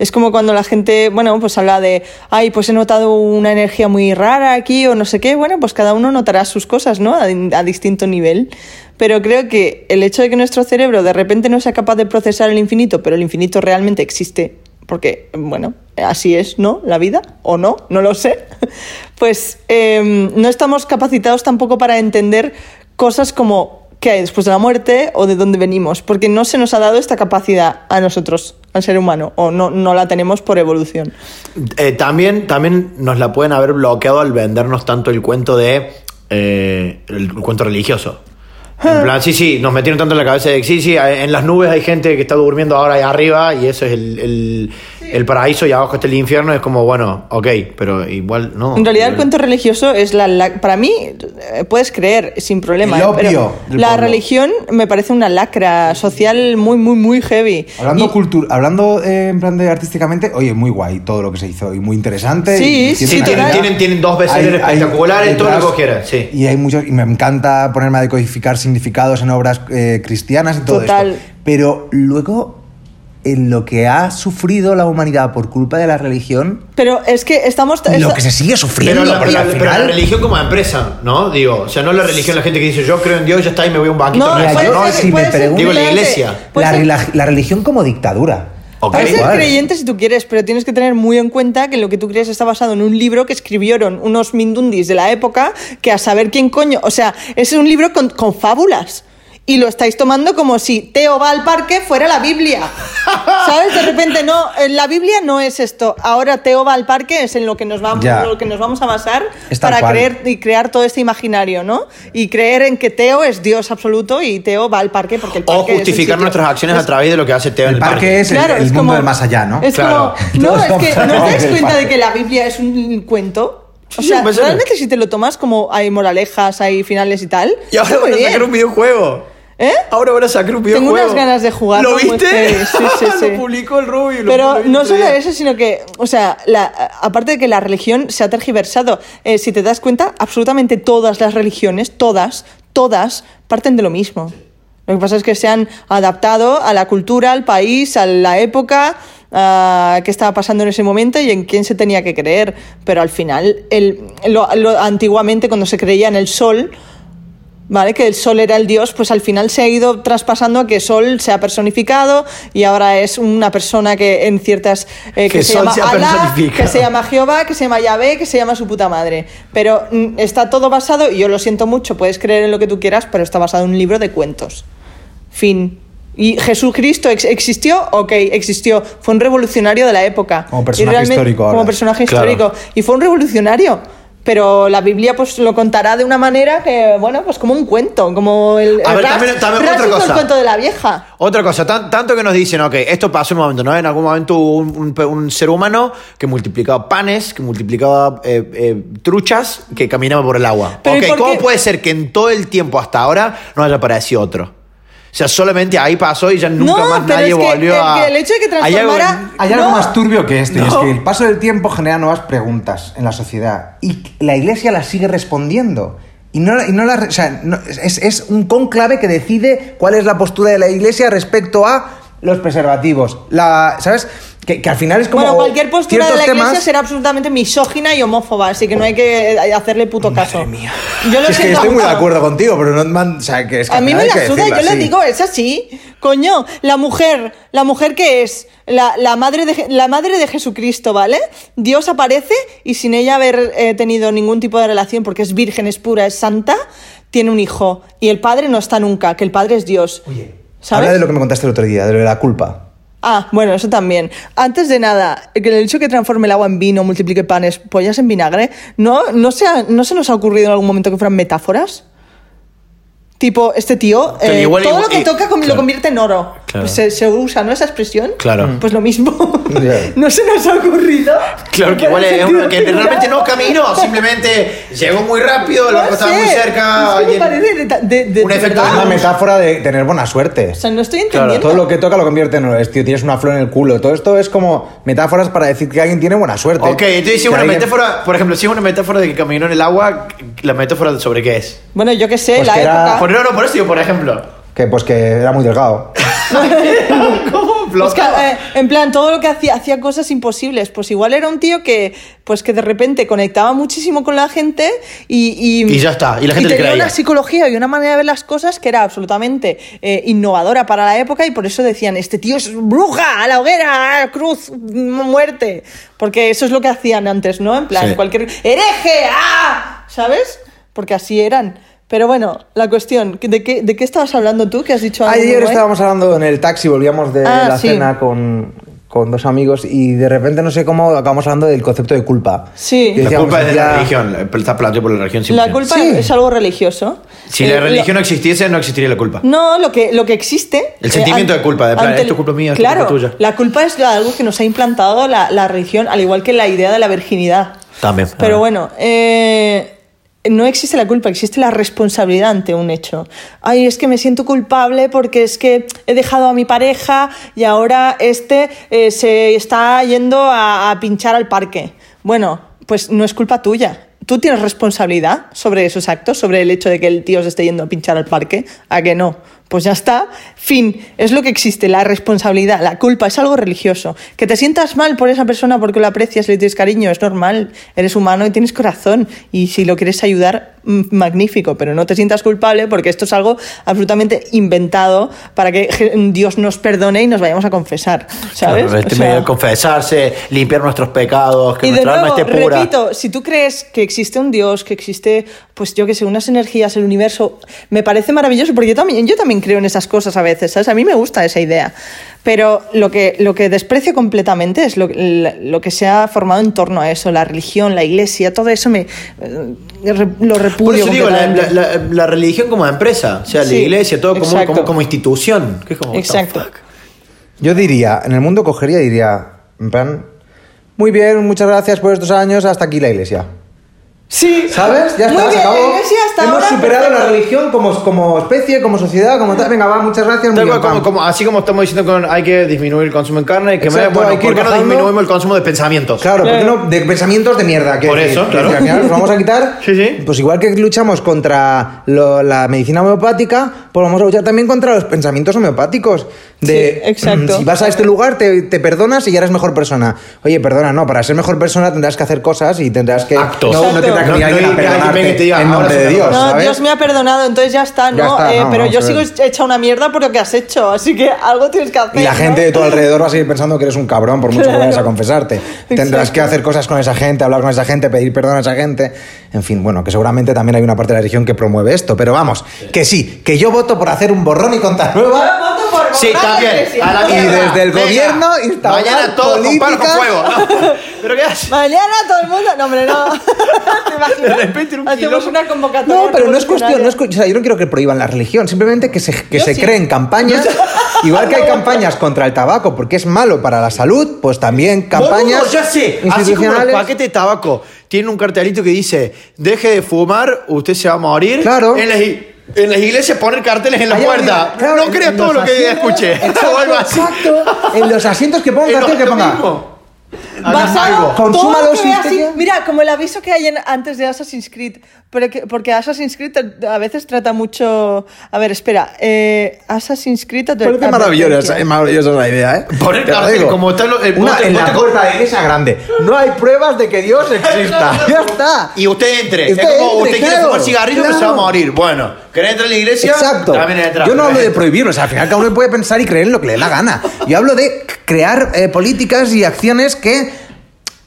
S1: Es como cuando la gente, bueno, pues habla de, ay, pues he notado una energía muy rara aquí o no sé qué. Bueno, pues cada uno notará sus cosas, ¿no? A, a distinto nivel. Pero creo que el hecho de que nuestro cerebro de repente no sea capaz de procesar el infinito, pero el infinito realmente existe, porque, bueno, así es, ¿no? La vida, o no, no lo sé. [laughs] Pues eh, no estamos capacitados tampoco para entender cosas como qué hay después de la muerte o de dónde venimos, porque no se nos ha dado esta capacidad a nosotros, al ser humano, o no, no la tenemos por evolución.
S3: Eh, también, también nos la pueden haber bloqueado al vendernos tanto el cuento de. eh, el cuento religioso.
S1: Ah.
S3: En plan, sí, sí, nos metieron tanto en la cabeza de que sí, sí, en las nubes hay gente que está durmiendo ahora ahí arriba y eso es el, el- el paraíso y abajo está el infierno, es como, bueno, ok, pero igual no.
S2: Oh,
S1: En realidad el cuento religioso es la, la- para mí eh, puedes creer sin problema,
S2: El
S1: eh,
S2: opio del
S1: la
S2: pueblo.
S1: religión me parece una lacra social muy muy muy heavy.
S2: Hablando,
S1: Y-
S2: cultu- hablando eh, en plan de artísticamente, oye, muy guay todo lo que se hizo y muy interesante.
S1: Sí,
S2: y
S1: sí,
S2: tiene una
S1: total.
S2: calidad.
S3: Tienen- tienen dos bestsellers
S2: Hay- hay
S3: espectaculares, todo lo que
S2: detrás,
S3: vos quieras, sí.
S2: Y hay muchos, y me encanta ponerme a decodificar significados en obras eh, cristianas y todo
S1: Total.
S2: esto. Pero luego, en lo que ha sufrido la humanidad por culpa de la religión,
S1: Pero es que estamos
S2: lo
S1: esta-
S2: que se sigue sufriendo.
S3: Pero, la, pero
S2: porque
S3: la-
S2: al
S3: pero la
S2: final-
S3: religión como empresa, ¿no? Digo, o sea, no la religión, la gente que dice yo creo en Dios, ya está y me voy a un banquito.
S1: No,
S2: Mira,
S1: puede
S2: yo,
S1: ser-
S2: si me
S1: puede ser
S2: pregunto-
S3: Digo, la
S1: creyente,
S3: iglesia.
S1: puede
S2: la,
S1: ser-
S2: rela- la religión como dictadura.
S3: Ok.
S2: Tal
S1: Puedes ser
S2: cual.
S1: creyente si tú quieres, pero tienes que tener muy en cuenta que lo que tú crees está basado en un libro que escribieron unos mindundis de la época que a saber quién coño. O sea, es un libro con, con fábulas. Y lo estáis tomando como si Teo va al parque fuera la Biblia. ¿Sabes? De repente, no, eh, la Biblia no es esto. Ahora Teo va al parque es en lo que nos vamos,
S2: Ya.
S1: lo que nos vamos a basar
S2: Es tal
S1: para
S2: cual.
S1: creer y crear todo este imaginario, ¿no? Y creer en que Teo es Dios absoluto y Teo va al parque porque el parque
S3: O
S1: es el
S3: justificar
S1: sitio.
S3: nuestras acciones
S1: Es-
S3: a través de lo que hace Teo en
S2: El parque es el,
S1: Claro,
S2: el
S1: es
S2: mundo
S1: como-
S2: del más allá, ¿no?
S1: Es
S3: Claro.
S1: como, no,
S2: Todos
S1: es que
S2: estamos
S1: no te
S2: en
S1: das
S2: el
S1: cuenta
S2: parque.
S1: de que la Biblia es un cuento. O
S3: Sí,
S1: sea,
S3: puede ser.
S1: realmente si te lo tomas como hay moralejas, hay finales y tal.
S3: Y ahora
S1: está muy
S3: van a
S1: bien.
S3: sacar un videojuego.
S1: ¿Eh?
S3: Ahora van a sacar un videojuego.
S1: unas ganas de jugarlo,
S3: ¿Lo
S1: muy
S3: viste? [laughs] Ah,
S1: heavy. Sí, sí, sí.
S3: lo publicó el Rubi. lo
S1: Pero
S3: publicó
S1: no
S3: el
S1: solo
S3: día.
S1: eso, sino que, o sea, la- aparte de que la religión se ha tergiversado, eh, si te das cuenta, absolutamente todas las religiones, todas, todas, parten de lo mismo. Lo que pasa es que se han adaptado a la cultura, al país, a la época, a qué estaba pasando en ese momento y en quién se tenía que creer. Pero al final, el, lo- lo- antiguamente cuando se creía en el sol, ¿Vale? Que el sol era el dios, pues al final se ha ido traspasando a que sol se ha personificado y ahora es una persona que en ciertas. eh,
S3: Que
S1: se
S3: Sol
S1: llama
S3: se ha
S1: Alá,
S3: personificado.
S1: que se llama Jehová, que se llama Yahvé, que se llama su puta madre. Pero mm, está todo basado, y yo lo siento mucho, puedes creer en lo que tú quieras, pero está basado en un libro de cuentos. Fin. ¿Y Jesucristo ex- existió? Ok, existió. Fue un revolucionario de la época.
S2: Como
S1: Y
S2: personaje
S1: realmente-
S2: histórico ahora.
S1: Como personaje
S3: Claro.
S1: histórico y fue un revolucionario. Pero la Biblia pues lo contará de una manera que, bueno, pues como un cuento, como el,
S3: A
S1: el
S3: ver,
S1: Ras-
S3: también- también otra
S1: Ras hizo
S3: cosa.
S1: el cuento de la vieja.
S3: Otra cosa, tan- tanto que nos dicen, ok, esto pasó en un momento, ¿no? En algún momento hubo un, un pe- un ser humano que multiplicaba panes, que multiplicaba eh, eh, truchas, que caminaba por el agua.
S1: Pero, ¿y
S3: ok,
S1: por
S3: ¿cómo
S1: qué?
S3: puede ser que en todo el tiempo hasta ahora no haya aparecido otro? O sea, solamente ahí pasó y ya nunca
S1: No,
S3: más
S1: pero
S3: nadie
S1: es que
S3: volvió
S1: el-
S3: a.
S1: que el hecho de que
S3: Hay algo en-
S1: transformara-
S2: Hay algo
S1: No.
S2: más turbio que esto, y es
S1: No.
S2: que el paso del tiempo genera nuevas preguntas en la sociedad y la iglesia las sigue respondiendo. Y no, y no la- o sea, no- es, es un conclave que decide cuál es la postura de la iglesia respecto a los preservativos. La, ¿Sabes? Que, que al final es como.
S1: bueno, cualquier postura de
S2: ciertos
S1: la iglesia
S2: temas-
S1: será absolutamente misógina y homófoba, así que no hay que eh, hacerle puto caso. Yo lo
S2: Es que
S1: siento
S2: estoy muy de
S1: mucho.
S2: acuerdo contigo, pero no. man- o sea, que es que
S1: A
S2: al
S1: mí me
S2: final
S1: la
S2: hay que
S1: suda, yo
S2: decirlo
S1: le
S2: así.
S1: digo, es así. Coño, la mujer, la mujer que es la, la madre de, Je- la madre de Jesucristo, ¿vale? Dios aparece y sin ella haber eh, tenido ningún tipo de relación, porque es virgen, es pura, es santa, tiene un hijo. Y el padre no está nunca, que el padre es Dios. ¿Sabes?
S2: Habla de lo que me contaste el otro día, de lo de la culpa.
S1: Ah, bueno, eso también. Antes de nada, que el hecho que transforme el agua en vino, multiplique panes, pollas en vinagre, ¿no, no, se, ha- ¿no se nos ha ocurrido en algún momento que fueran metáforas? Tipo, este tío,
S3: Pero
S1: eh,
S3: igual-
S1: todo
S3: igual-
S1: lo que
S3: y-
S1: toca com-
S3: claro.
S1: lo convierte en oro.
S3: Claro.
S1: Pues se, se usa, ¿no? Esa expresión.
S3: Claro. Mm.
S1: Pues lo mismo.
S2: Ya.
S1: [laughs] no se nos ha ocurrido.
S3: Claro que igual
S1: En
S3: es uno que
S1: sentido
S3: realmente
S1: figurado.
S3: no
S1: [laughs]
S3: caminó, simplemente llegó muy rápido, el
S1: No
S3: barco estaba
S1: sé.
S3: muy cerca.
S1: Es que me
S3: y-
S1: parece de ta- de- de-
S3: un
S1: de
S3: efecto
S1: verdad.
S2: Es una metáfora de tener buena suerte.
S1: O sea, no estoy
S3: Claro,
S1: entendiendo.
S2: Todo lo que toca lo convierte en oro. Es, tío, tienes una flor en el culo. Todo esto es como metáforas para decir que alguien tiene buena suerte.
S3: Ok, entonces si
S2: Que
S3: es una
S2: alguien-
S3: metáfora, por ejemplo, si es una metáfora de que caminó en el agua, ¿la metáfora sobre qué es?
S1: Bueno, yo qué sé,
S2: Pues
S1: la
S2: que era-
S1: época.
S3: Por, no, no, por eso digo,
S1: [laughs]
S3: por ejemplo.
S2: Que pues que era muy delgado.
S3: ¿Cómo
S1: Pues que, eh, en plan, todo lo que hacía, hacía cosas imposibles. Pues igual era un tío que, pues que de repente conectaba muchísimo con la gente y... Y,
S3: Y ya está, y la gente le
S1: tenía
S3: creía.
S1: una psicología y una manera de ver las cosas que era absolutamente eh, innovadora para la época y por eso decían, este tío es bruja, a la hoguera, a la cruz, mu- muerte. Porque eso es lo que hacían antes, ¿no? En plan,
S3: Sí.
S1: cualquier... ¡Hereje! ¡Ah! ¿Sabes? Porque así eran. Pero bueno, la cuestión, ¿de qué, de qué estabas hablando tú? ¿Qué has dicho? algo muy
S2: Ayer
S1: guay?
S2: estábamos hablando en el taxi, volvíamos de
S1: Ah,
S2: la
S1: sí.
S2: cena con, con dos amigos y de repente no sé cómo acabamos hablando del concepto de culpa.
S1: Sí.
S2: Y
S3: La
S2: decíamos,
S3: culpa es de la
S2: ya-
S3: religión, está planteado por la religión.
S1: La
S3: 100%.
S1: culpa
S2: Sí.
S1: es algo religioso.
S3: Si
S1: Eh,
S3: la
S1: lo-
S3: religión no existiese, no existiría la culpa.
S1: No, lo que, lo que existe. eh,
S3: El sentimiento de culpa, de plan,
S1: ante el-
S3: esto es culpa mía, esto es
S1: claro,
S3: culpa tuya.
S1: La culpa es algo que nos ha implantado la, la religión, al igual que la idea de la virginidad.
S3: También.
S1: Pero
S3: Ah.
S1: bueno, eh, no existe la culpa, existe la responsabilidad ante un hecho. Ay, es que me siento culpable porque es que he dejado a mi pareja y ahora este eh, se está yendo a, a pinchar al parque. Bueno, pues no es culpa tuya. Tú tienes responsabilidad sobre esos actos, sobre el hecho de que el tío se esté yendo a pinchar al parque, a que no. Pues ya está, fin, es lo que existe, la responsabilidad, la culpa, es algo religioso. Que te sientas mal por esa persona porque lo aprecias, le tienes cariño, es normal, eres humano y tienes corazón, y si lo quieres ayudar, mm, magnífico, pero no te sientas culpable porque esto es algo absolutamente inventado para que Je- Dios nos perdone y nos vayamos a confesar, ¿sabes?
S3: Claro, este
S1: O sea-
S3: medio de confesarse, limpiar nuestros pecados, que
S1: y de
S3: nuestra
S1: nuevo,
S3: alma esté pura.
S1: repito, si tú crees que existe un Dios, que existe, pues yo que sé, unas energías, el universo, me parece maravilloso, porque yo también, yo también creo en esas cosas a veces, ¿sabes? A mí me gusta esa idea. Pero lo que, lo que desprecio completamente es lo, lo que se ha formado en torno a eso, la religión, la iglesia, todo eso me eh, re- lo repudio.
S3: Por eso digo, la,
S1: completamente.
S3: la- la- la religión como empresa, o sea, la
S1: Sí,
S3: iglesia, todo como,
S1: exacto.
S3: como, como institución. que es como, what the
S1: Exacto.
S3: fuck.
S2: Yo diría, en el mundo cogería y diría, en plan, muy bien, muchas gracias por estos años, hasta aquí la iglesia.
S1: Sí.
S2: ¿Sabes? Ya está,
S1: Muy
S2: se
S1: bien, la
S2: acabó.
S1: iglesia hasta
S2: Hemos
S1: ahora,
S2: superado la
S1: perfecto.
S2: religión como, como especie, como sociedad, como tal. Venga, va, muchas gracias. muy
S3: Tal
S2: bien,
S3: cual, como,
S2: pam.
S3: como- así como estamos diciendo que hay que disminuir el consumo de carne, que me-
S2: Exacto, hay
S3: bueno,
S2: que
S3: ¿por
S2: ir
S3: qué no
S2: bajando?
S3: disminuimos el consumo de pensamientos?
S2: Claro, porque no, de pensamientos de mierda. que
S3: Por
S2: decir,
S3: eso,
S2: que
S3: claro.
S2: al final los vamos a quitar.
S3: [laughs] Sí, sí.
S2: Pues igual que luchamos contra lo- la medicina homeopática, pues vamos a luchar también contra los pensamientos homeopáticos. De,
S1: Sí, exacto.
S2: Si vas a este lugar, te, te perdonas y ya eres mejor persona. Oye, perdona, no, para ser mejor persona tendrás que hacer cosas y tendrás que.
S3: Actos.
S2: No, no
S1: Exacto.
S2: tendrás que
S3: No-
S2: venir
S3: no
S2: alguien a
S3: ir que alguien venga
S2: perdonarte
S3: y te diga,
S2: en
S3: "Ahora
S2: nombre
S3: sí,
S2: de Dios.
S3: perdón".
S1: No,
S2: ¿sabes?
S1: Dios me ha perdonado, entonces ya está, ¿no?
S2: Ya está,
S1: Eh,
S2: no,
S1: pero
S2: vamos
S1: yo
S2: a
S1: sigo
S2: ver.
S1: hecha una mierda por lo que has hecho, así que algo tienes que hacer.
S2: Y la
S1: ¿no?
S2: gente de tu alrededor va a seguir pensando que eres un cabrón por mucho que vayas a
S3: [laughs]
S2: confesarte. Tendrás
S1: Exacto.
S2: que hacer cosas con esa gente, hablar con esa gente, pedir perdón a esa gente. En fin, bueno, que seguramente también hay una parte de la religión que promueve esto. Pero vamos, que sí, que yo voto por hacer un borrón y contar
S1: Yo
S2: nueva.
S1: voto por
S3: Sí,
S1: borrar la
S3: también.
S1: iglesia.
S3: A la
S2: Y
S3: mierda.
S2: desde el gobierno instaurar
S3: Mañana todo con
S2: políticas-
S3: palo
S2: [laughs]
S3: con fuego. ¿no? ¿Pero qué haces?
S1: Mañana todo el mundo. No, hombre, no. ¿Te imaginas?
S3: De repente era un
S1: Hacemos
S3: quilombo.
S1: una convocatoria.
S2: No, pero no es cuestión, no es
S1: revolucionaria.
S2: cu- o sea, yo no quiero que prohíban la religión, simplemente que se, que
S1: Yo
S2: se
S1: sí.
S2: creen
S3: [laughs]
S2: campañas, igual que hay campañas contra el tabaco porque es malo para la salud, pues también campañas
S3: Boludo, ya sé. Así como los
S2: institucionales.
S3: paquetes de tabaco tienen un cartelito que dice, deje de fumar, usted se va a morir.
S2: Claro.
S3: En las, i- en las iglesias poner carteles en la
S2: Hay
S3: puerta.
S2: alguien- claro,
S3: no
S2: en-
S3: creas
S2: en
S3: todo
S2: los
S3: lo que
S2: asientos-
S3: escuché. [laughs]
S2: Exacto,
S3: o algo así.
S2: exacto. En los asientos que ponga un
S3: Es lo-
S2: cartel que
S3: lo
S2: ponga.
S3: mismo. Hagan
S1: Basado
S3: algo.
S2: Con-
S1: todo
S2: Consúmalo
S1: lo que
S2: si
S1: ve
S2: usted
S1: así-
S2: quiere.
S1: Mira, como el aviso que hay en- antes de Assassin's Creed. pero que- porque Assassin's Creed a veces trata mucho. A ver, espera. Eh, Assassin's Creed. adver-
S2: Pero qué maravillosa,
S1: advertencia.
S2: es maravillosa la idea, ¿eh?
S3: Poner
S2: Te lo
S3: cartel
S2: digo.
S3: como está lo- el-
S2: Una
S3: vos te-
S2: en
S3: vos
S2: la
S3: te-
S2: puerta de la iglesia grande. No hay pruebas de que Dios
S3: [laughs]
S2: exista. [laughs] ya está.
S3: Y usted entre.
S2: Usted
S3: es como,
S2: entre,
S3: usted quiere
S2: claro,
S3: fumar cigarrillo, pero se va a
S2: claro.
S3: morir. Bueno, ¿querés entrar a la iglesia?
S2: Exacto.
S3: También entra.
S2: Yo no hablo de
S3: Perfecto.
S2: prohibirlo, o sea, al final cada uno puede pensar y creer en lo que le dé la gana. Yo hablo de crear eh, políticas y acciones que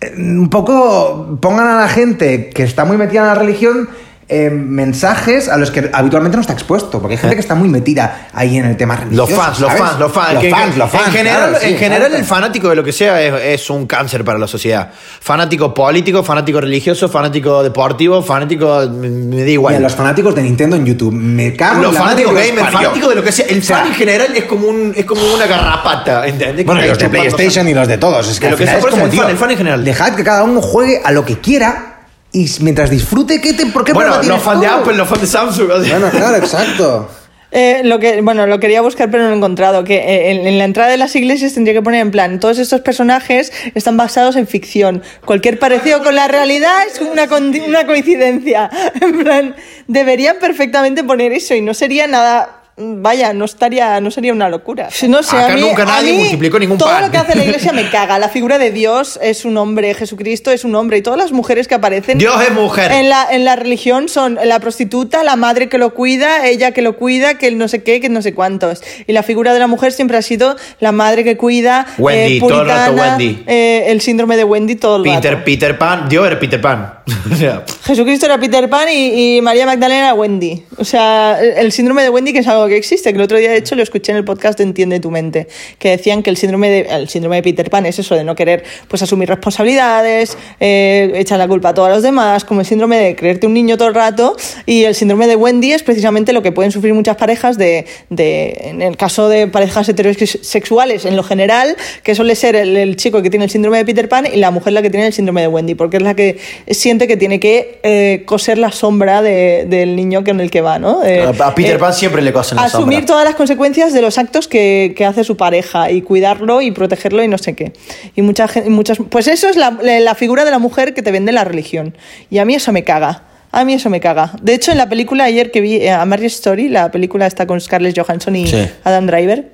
S2: eh, un poco pongan a la gente que está muy metida en la religión eh, mensajes a los que habitualmente no está expuesto, porque hay gente que está muy metida ahí en el tema
S3: Los
S2: religioso.
S3: fans, los
S2: ¿sabes?
S3: fans, los fans.
S2: Los
S3: Que en-
S2: fans, los fans,
S3: En general,
S2: claro, sí,
S3: en general
S2: claro.
S3: el fanático de lo que sea es, es un cáncer para la sociedad. Fanático político, fanático religioso, fanático deportivo, fanático. Me, me da
S2: Y
S3: igual.
S2: a los fanáticos de Nintendo en YouTube. Me cago en
S3: Los
S2: la madre
S3: fanáticos
S2: que los
S3: gamers,
S2: parió.
S3: fanáticos de lo que sea. El
S2: O sea,
S3: fan en general es como, un, es como una garrapata, ¿entendés?
S2: Bueno, y
S3: Que
S2: los de
S3: está chupando
S2: PlayStation y los de todos. Es que,
S3: De
S2: al
S3: lo que
S2: final
S3: sea,
S2: es
S3: por eso
S2: como,
S3: el
S2: tío,
S3: fan, el fan en general.
S2: Dejad que cada uno juegue a lo que quiera y s- mientras disfrute, ¿qué te, ¿por qué
S3: Bueno,
S2: problema
S3: los
S2: tienes
S3: fans de
S2: tú?
S3: Apple, los fans de Samsung. o sea.
S2: Bueno, claro, exacto.
S1: Eh, lo que, bueno, lo quería buscar pero no lo he encontrado. Que eh, en, en la entrada de las iglesias tendría que poner en plan, todos estos personajes están basados en ficción. Cualquier parecido con la realidad es una, con- una coincidencia. [laughs] En plan, deberían perfectamente poner eso y no sería nada... Vaya, no estaría, no sería una locura. No sé,
S3: Acá
S1: a mí,
S3: nunca
S1: a
S3: nadie
S1: mí
S3: multiplicó ningún
S1: Todo
S3: pan.
S1: lo que hace la iglesia me caga. La figura de Dios es un hombre, Jesucristo es un hombre y todas las mujeres que aparecen.
S3: Dios es mujer.
S1: En la, en la religión son la prostituta, la madre que lo cuida, ella que lo cuida, que el no sé qué, que no sé cuántos. Y la figura de la mujer siempre ha sido la madre que cuida,
S3: Wendy,
S1: eh,
S3: todo el rato
S1: puritana,
S3: Wendy.
S1: eh, el síndrome de Wendy todo el
S3: Peter,
S1: rato.
S3: Peter Pan. [laughs] Dios era Peter Pan. O sea,
S1: Jesucristo era Peter Pan y, y María Magdalena era Wendy. O sea, el, el síndrome de Wendy, que es algo que existe, que el otro día, de hecho, lo escuché en el podcast de Entiende tu mente, que decían que el síndrome de, el síndrome de Peter Pan es eso de no querer pues asumir responsabilidades, eh, echar la culpa a todos los demás, como el síndrome de creerte un niño todo el rato. Y el síndrome de Wendy es precisamente lo que pueden sufrir muchas parejas de, de en el caso de parejas heterosexuales en lo general, que suele ser el, el chico que tiene el síndrome de Peter Pan y la mujer la que tiene el síndrome de Wendy, porque es la que siente que tiene que eh, coser la sombra de- del niño con el que va, ¿no? Eh,
S3: a Peter
S1: eh,
S3: Pan siempre le cosen la
S1: Asumir
S3: sombra.
S1: todas las consecuencias de los actos que, que hace su pareja y cuidarlo y protegerlo y no sé qué. Y mucha gen- y muchas. Pues eso es la, la figura de la mujer que te vende la religión. Y a mí eso me caga. A mí eso me caga. De hecho, en la película ayer que vi, eh, A Marriage Story, la película está con Scarlett Johansson y
S3: Sí.
S1: Adam Driver,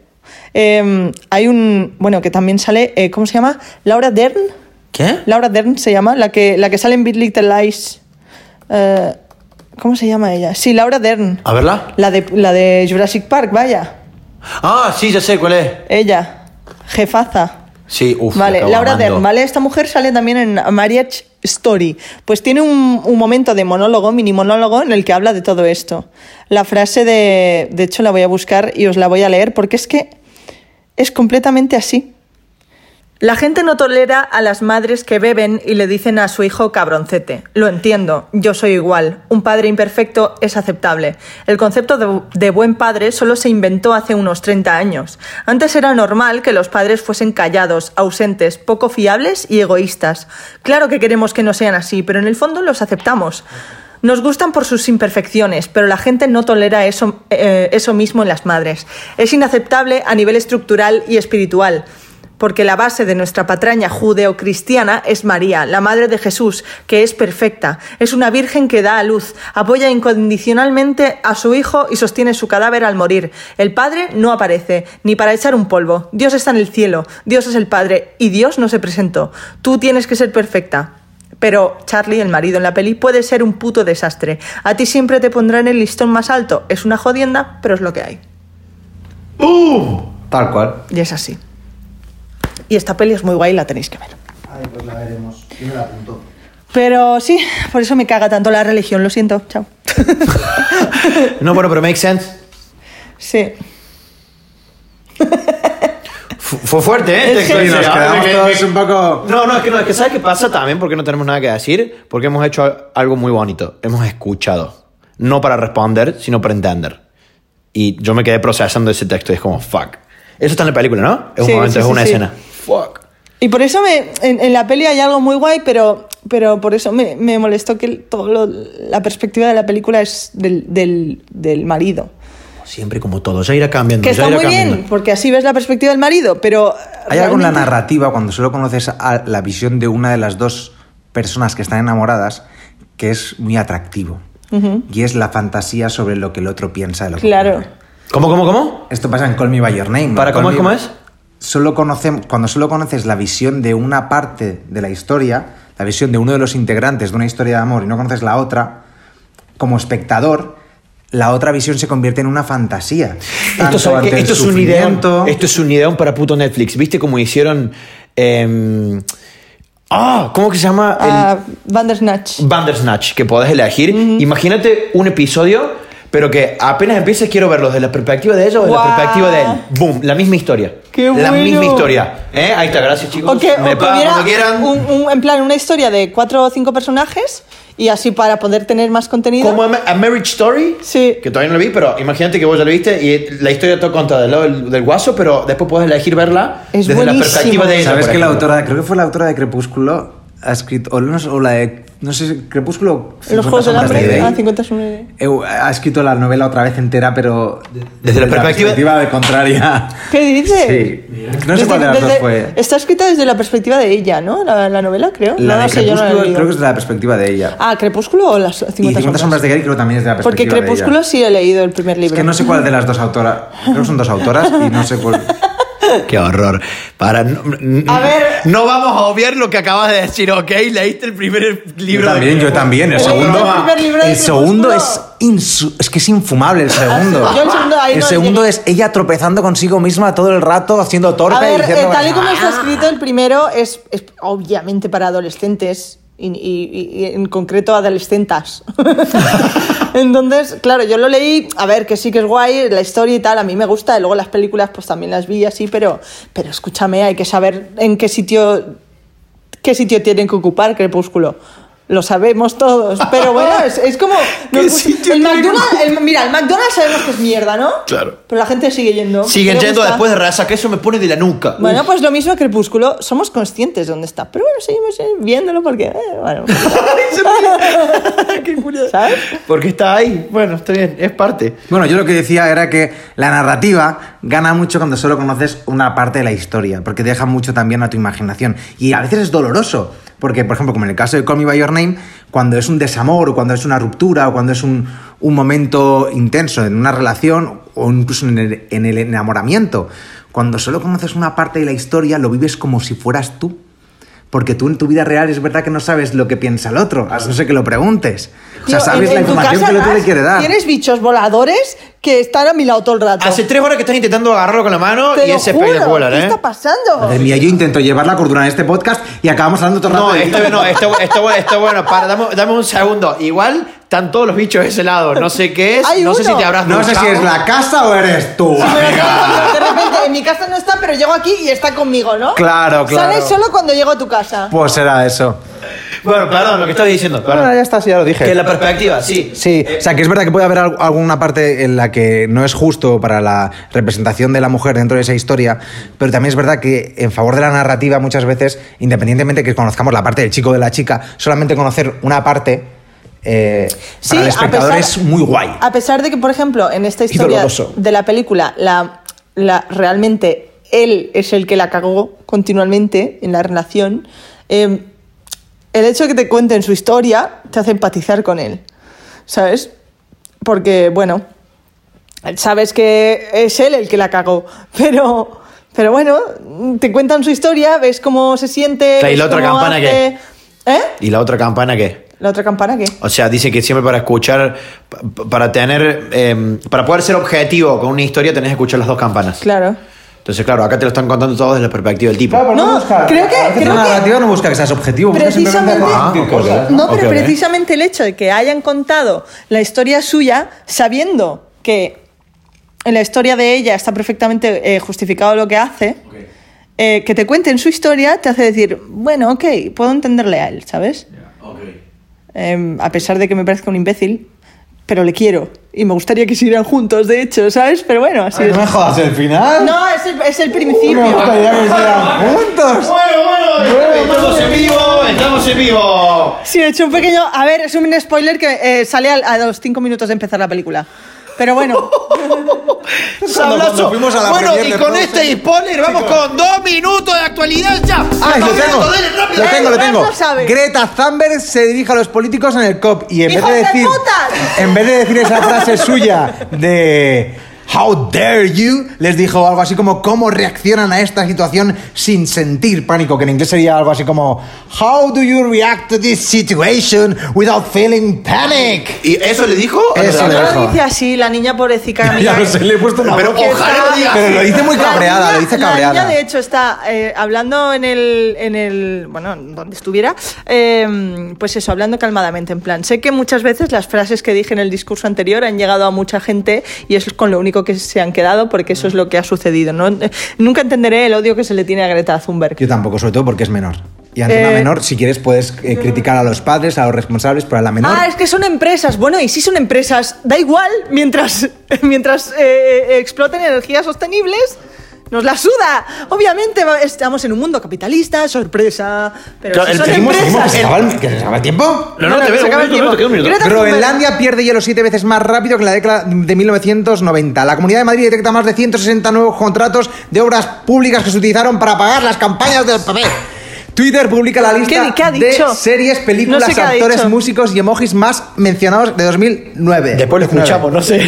S1: eh, hay un. Bueno, que también sale. eh, ¿Cómo se llama? Laura Dern.
S3: ¿Qué?
S1: Laura Dern se llama, la que, la que sale en Big Little Lies. Eh, ¿Cómo se llama ella? Sí, Laura Dern.
S3: A verla.
S1: La de, la de Jurassic Park, vaya.
S3: Ah, sí, ya sé cuál es.
S1: Ella, jefaza.
S3: Sí, uff.
S1: Vale, Laura Dern, ¿vale? Esta mujer sale también en A Marriage Story. Pues tiene un, un momento de monólogo, mini monólogo, en el que habla de todo esto. La frase de. De hecho, la voy a buscar y os la voy a leer porque es que es completamente así. La gente no tolera a las madres que beben y le dicen a su hijo cabroncete. Lo entiendo, yo soy igual. Un padre imperfecto es aceptable. El concepto de, de buen padre solo se inventó hace unos 30 años. Antes era normal que los padres fuesen callados, ausentes, poco fiables y egoístas. Claro que queremos que no sean así, pero en el fondo los aceptamos. Nos gustan por sus imperfecciones, pero la gente no tolera eso, eh, eso mismo en las madres. Es inaceptable a nivel estructural y espiritual porque la base de nuestra patraña judeocristiana es María, la madre de Jesús, que es perfecta, es una virgen que da a luz, apoya incondicionalmente a su hijo y sostiene su cadáver al morir. El Padre no aparece, ni para echar un polvo. Dios está en el cielo, Dios es el Padre, y Dios no se presentó. Tú tienes que ser perfecta. Pero Charlie, el marido en la peli, puede ser un puto desastre. A ti siempre te pondrán el listón más alto. Es una jodienda, pero es lo que hay.
S2: Tal cual.
S1: Y es así. Y esta peli es muy guay, la tenéis que ver.
S2: Ay, pues la veremos. Yo me la apunto.
S1: Pero sí, por eso me caga tanto la religión, lo siento, chao.
S3: No, bueno, pero make sense.
S1: Sí.
S3: Fu- fue fuerte, ¿eh?
S1: Es que-
S3: Este
S2: Y
S3: ejercicio.
S2: nos quedamos
S3: Que-
S2: todos
S3: que-
S2: un poco.
S3: No, no, es que no, es que ¿sabes qué pasa también? Porque no tenemos nada que decir, porque hemos hecho a- algo muy bonito. Hemos escuchado. No para responder, sino para entender. Y yo me quedé procesando ese texto y es como, fuck. Eso está en la película, ¿no? Es
S1: Sí,
S3: un momento,
S1: sí,
S3: es
S1: sí,
S3: una
S1: sí.
S3: escena. Fuck.
S1: Y por eso me, en, en la peli hay algo muy guay, pero, pero por eso me, me molestó que el- todo lo- la perspectiva de la película es del, del, del marido.
S3: Siempre como todo, ya irá
S2: Mm,
S3: cambiando.
S1: Que
S2: pues
S3: ya
S1: está
S3: irá
S1: muy
S3: cambiando.
S1: bien, porque así ves la perspectiva del marido, pero...
S2: Hay algo en la
S1: realmente-
S2: narrativa, cuando solo conoces a la visión de una de las dos personas que están enamoradas, que es muy atractivo. Y es la fantasía sobre lo que el otro piensa de lo que
S1: Claro.
S2: ocurre.
S3: ¿Cómo, cómo, cómo?
S2: Esto pasa en Call Me By Your Name.
S3: ¿Para
S2: Call
S3: cómo es,
S2: Me-
S3: cómo es?
S2: Solo conocemos, cuando solo conoces la visión de una parte de la historia, la visión de uno de los integrantes de una historia de amor y no conoces la otra, como espectador, la otra visión se convierte en una fantasía. Tanto
S3: Esto, ¿sabes qué?
S2: ante el
S3: Esto es un ideón.
S2: sufrimiento-
S3: Esto es un ideón para puto Netflix. ¿Viste cómo hicieron. em, Ah, ¿cómo que se llama? El-
S1: Ah, Bandersnatch.
S3: Bandersnatch, que podés elegir. Imagínate un episodio, pero que apenas empieces quiero verlos de la perspectiva de ellos o de
S1: Guau.
S3: la perspectiva de él. Boom, la misma historia.
S1: Qué
S3: La
S1: bueno.
S3: misma historia. ¿Eh? Ahí está, gracias chicos.
S1: O que,
S3: Me
S1: o que
S3: pagan
S1: hubiera
S3: cuando quieran.
S1: un- un- en plan una historia de cuatro o cinco personajes y así para poder tener más contenido.
S3: Como a, Ma- a Marriage Story,
S1: Sí.
S3: que todavía no lo vi, pero imagínate que vos ya lo viste y la historia todo contada del lado del, del guaso, pero después podés elegir verla
S1: Es
S3: desde
S1: buenísimo.
S3: la perspectiva de ella.
S2: ¿Sabes
S3: por
S2: que la
S3: ejemplo.
S2: autora, creo que fue la autora de Crepúsculo, ha escrito, o, no, sé, o la de, no sé, si Crepúsculo...
S1: los Juegos del
S2: Sombras
S1: Hambre.
S2: Grey.
S1: Ah, 50 sombras de Grey.
S2: Eh, Ha escrito la novela otra vez entera, pero desde,
S3: la perspectiva-
S2: de contraria.
S1: ¿Qué dices?
S2: Sí. No sé
S1: Desde-
S2: cuál de las dos
S1: desde-
S2: fue.
S1: Está escrita desde la perspectiva de ella, ¿no? La, la novela, creo.
S2: La
S1: no,
S2: de
S1: no sé, yo no la he
S2: Crepúsculo
S1: leído.
S2: creo que es de la perspectiva de ella.
S1: Ah, Crepúsculo o las 50,
S2: y 50 sombras. de Grey creo que también es de la
S1: Porque
S2: perspectiva de
S1: Crepúsculo
S2: ella.
S1: sí he leído el primer
S2: Es
S1: libro.
S2: que no sé cuál de las dos autoras. Creo que son dos autoras y no sé cuál.
S3: Qué horror. Para, no,
S1: A ver.
S3: No vamos a obviar lo que acabas de decir, ¿ok? Leíste el primer
S2: Yo
S3: [laughs] libro. de-
S2: también, yo también. El
S1: Oye,
S2: segundo,
S1: el primer libro de
S2: el segundo es,
S1: Crepúsculo. Ah,
S2: insu- es que es infumable el segundo.
S1: Yo el segundo ahí
S2: El
S1: no
S2: segundo
S1: llegué.
S2: es ella tropezando consigo misma todo el rato, haciendo torpe
S1: A ver,
S2: y diciendo.
S1: eh, tal y como está escrito el primero, es, es obviamente para adolescentes. y, y- y en concreto adolescentas. [laughs] Entonces, claro, yo lo leí, a ver, que sí que es guay, la historia y tal, a mí me gusta, y luego las películas pues también las vi así, pero, pero escúchame, hay que saber en qué sitio, qué sitio tienen que ocupar Crepúsculo. Lo sabemos todos, pero bueno, es, es como...
S2: [laughs]
S1: nos
S2: ¿Qué
S1: gusta-
S2: sitio
S1: el
S2: tienen que
S1: McDonald's, el- mira, el McDonald's sabemos que es mierda, ¿no?
S3: Claro.
S1: Pero la gente sigue yendo.
S3: Ah. Siguen
S1: Le
S3: yendo
S1: gusta.
S3: después de raza, que eso me pone de la nuca.
S1: Bueno, pues lo mismo Crepúsculo, somos conscientes de dónde está, pero bueno, seguimos eh, viéndolo porque, eh, bueno,
S3: [laughs] Qué curioso.
S1: ¿sabes?
S3: Porque está ahí. Bueno, está bien, es parte.
S2: Bueno, yo lo que decía era que la narrativa gana mucho cuando solo conoces una parte de la historia, porque deja mucho también a tu imaginación. Y a veces es doloroso, porque, por ejemplo, como en el caso de Call Me By Your Name, cuando es un desamor, o cuando es una ruptura, o cuando es un, un momento intenso en una relación, o incluso en el, en el enamoramiento, cuando solo conoces una parte de la historia, lo vives como si fueras tú. Porque tú en tu vida real es verdad que no sabes lo que piensa el otro, a no ser que lo preguntes. O
S1: Tío,
S2: sea, sabes
S1: en-
S2: la
S1: en tu
S2: información
S1: casa,
S2: que el otro
S1: Gas,
S2: le quiere dar.
S1: Tienes bichos voladores que están a mi lado todo el rato.
S3: Hace tres horas que estás intentando agarrarlo con la mano
S1: Te
S3: Ah, y
S1: lo
S3: es
S1: juro,
S3: espectacular,
S1: ¿Qué
S3: ¿eh?
S1: está pasando?
S2: Madre mía, yo intento llevar la cordura en este podcast y acabamos hablando todo el rato
S3: No,
S2: de-
S3: está, no, está, está bueno, está bueno. Para, dame, dame un segundo. Igual están todos los bichos de ese lado. No sé qué es.
S1: Hay
S3: No sé
S1: uno.
S3: si te habrás
S2: [laughs] No sé si
S3: duchado.
S2: es la casa o eres tú.
S1: Pero
S2: amiga.
S1: no, de repente en mi casa no está, pero llego aquí y está conmigo, ¿no?
S2: Claro, claro.
S1: Sales solo cuando llego a tu casa.
S2: [laughs] Pues será eso.
S3: Bueno, perdón, lo que estaba diciendo.
S2: Bueno,
S3: Perdón.
S2: ya está, sí, ya lo dije.
S3: Que la perspectiva, sí.
S2: Sí, o sea, que es verdad que puede haber al- alguna parte en la que no es justo para la representación de la mujer dentro de esa historia, pero también es verdad que en favor de la narrativa muchas veces, independientemente que conozcamos la parte del chico o de la chica, solamente conocer una parte eh,
S1: Sí,
S2: para el
S1: a
S2: espectador
S1: pesar-
S2: es muy guay.
S1: A pesar de que, por ejemplo, en esta historia
S2: doloroso.
S1: de la película, la, la- realmente él es el que la cagó continuamente en la relación, eh, el hecho de que te cuenten su historia te hace empatizar con él, ¿sabes? Porque, bueno, sabes que es él el que la cagó, [laughs] pero... Pero bueno, te cuentan su historia, ves cómo se siente.
S3: Claro, y
S1: ves
S3: la otra
S1: cómo
S3: campana
S1: hace- ¿Eh?
S3: ¿Y la otra campana qué?
S1: ¿La otra campana qué?
S3: O sea, dice que siempre para escuchar, pa- pa- para tener, eh, para poder ser objetivo con una historia tenés que escuchar las dos campanas.
S1: Claro.
S3: Entonces, claro, acá te lo están contando todo desde la perspectiva del tipo.
S1: no No, busca- creo que- a veces creo la
S2: la
S1: que-
S2: narrativa
S1: narrativa
S2: no busca que seas objetivo,
S1: busca simplemente
S2: precisamente Ah,
S1: Precisamente-
S3: sentir cosas.
S1: No, pero
S3: Ah, Ok, ok.
S1: precisamente el hecho de que hayan contado la historia suya sabiendo que en la historia de ella está perfectamente eh, justificado lo que hace, eh, que te cuenten su historia te hace decir, bueno, ok, puedo entenderle a él, ¿sabes? Em, a pesar de que me parezca un imbécil, pero le quiero. Y me gustaría que siguieran juntos, de hecho, ¿sabes? Pero bueno, así es.
S2: jodas el final.
S1: No, es el, es el principio.
S2: que sigan juntos.
S3: estamos en vivo, estamos en vivo.
S1: Sí, he hecho un pequeño. A ver, es un spoiler que eh, sale al- a los 5 minutos de empezar la película. Pero
S2: [laughs]
S1: bueno,
S2: cuando fuimos a la
S3: bueno, y
S2: premiere de
S3: con
S2: Frozen-
S3: este spoiler vamos con dos minutos de actualidad ya.
S2: Ay, Ah, lo
S3: Dos
S2: tengo,
S3: minutos, Ah, dale, rápido.
S2: lo tengo, lo
S1: Eh,
S2: tengo.
S1: Rafa sabe.
S2: Greta Thunberg se dirige a los políticos en el COP y en vez
S1: ¡Hijos
S2: de
S1: de
S2: decir,
S1: putas!
S2: en vez de decir esa frase suya de How dare you, les dijo algo así como cómo reaccionan a esta situación sin sentir pánico, que en inglés sería algo así como How do you react to this situation without feeling panic?
S3: ¿Y eso le dijo?
S2: Eso le
S1: no
S2: dejo.
S1: lo dice así, la niña
S2: [laughs]
S1: pobrecita. mía.
S2: le he puesto una
S3: Pero
S2: boca.
S3: ojalá lo diga
S2: Pero lo
S3: así.
S2: dice muy
S1: La
S2: cabreada,
S1: niña-
S2: lo dice
S1: La
S2: cabreada.
S1: niña, de hecho, está eh, hablando en el, en el. Bueno, donde estuviera. eh, pues eso, hablando calmadamente. En plan, sé que muchas veces las frases que dije en el discurso anterior han llegado a mucha gente y eso es con lo único que se han quedado porque eso es lo que ha sucedido. ¿no? Eh, Nunca entenderé el odio que se le tiene a Greta Thunberg.
S2: Yo tampoco, sobre todo porque es menor. Y ante una
S1: Eh,
S2: menor, si quieres, puedes eh, criticar a los padres, a los responsables, pero a la menor.
S1: Ah, es que son empresas. Bueno, y si son empresas, da igual, mientras, [laughs] mientras eh, exploten energías sostenibles, nos la suda. Obviamente va- estamos en un mundo capitalista, sorpresa, pero
S3: Claro,
S1: si
S3: el-
S1: son
S2: Seguimos, seguimos, que
S1: empresas...
S2: se acaba el, que se acaba el tiempo.
S3: No, no, te veo,
S1: Se acaba
S3: un
S1: el
S3: minuto,
S1: tiempo.
S3: te queda un minuto.
S1: Greta Thunberg-
S2: Groenlandia pierde hielo siete veces más rápido que en la década de 1990. La Comunidad de Madrid detecta más de 160 nuevos contratos de obras públicas que se utilizaron para pagar las campañas del papel. Twitter publica la lista
S1: ¿Qué- qué ha
S2: de
S1: dicho?
S2: series, películas,
S1: No sé qué ha
S2: actores,
S1: dicho.
S2: músicos y emojis más mencionados de 2009.
S3: Después lo escuchamos, no sé.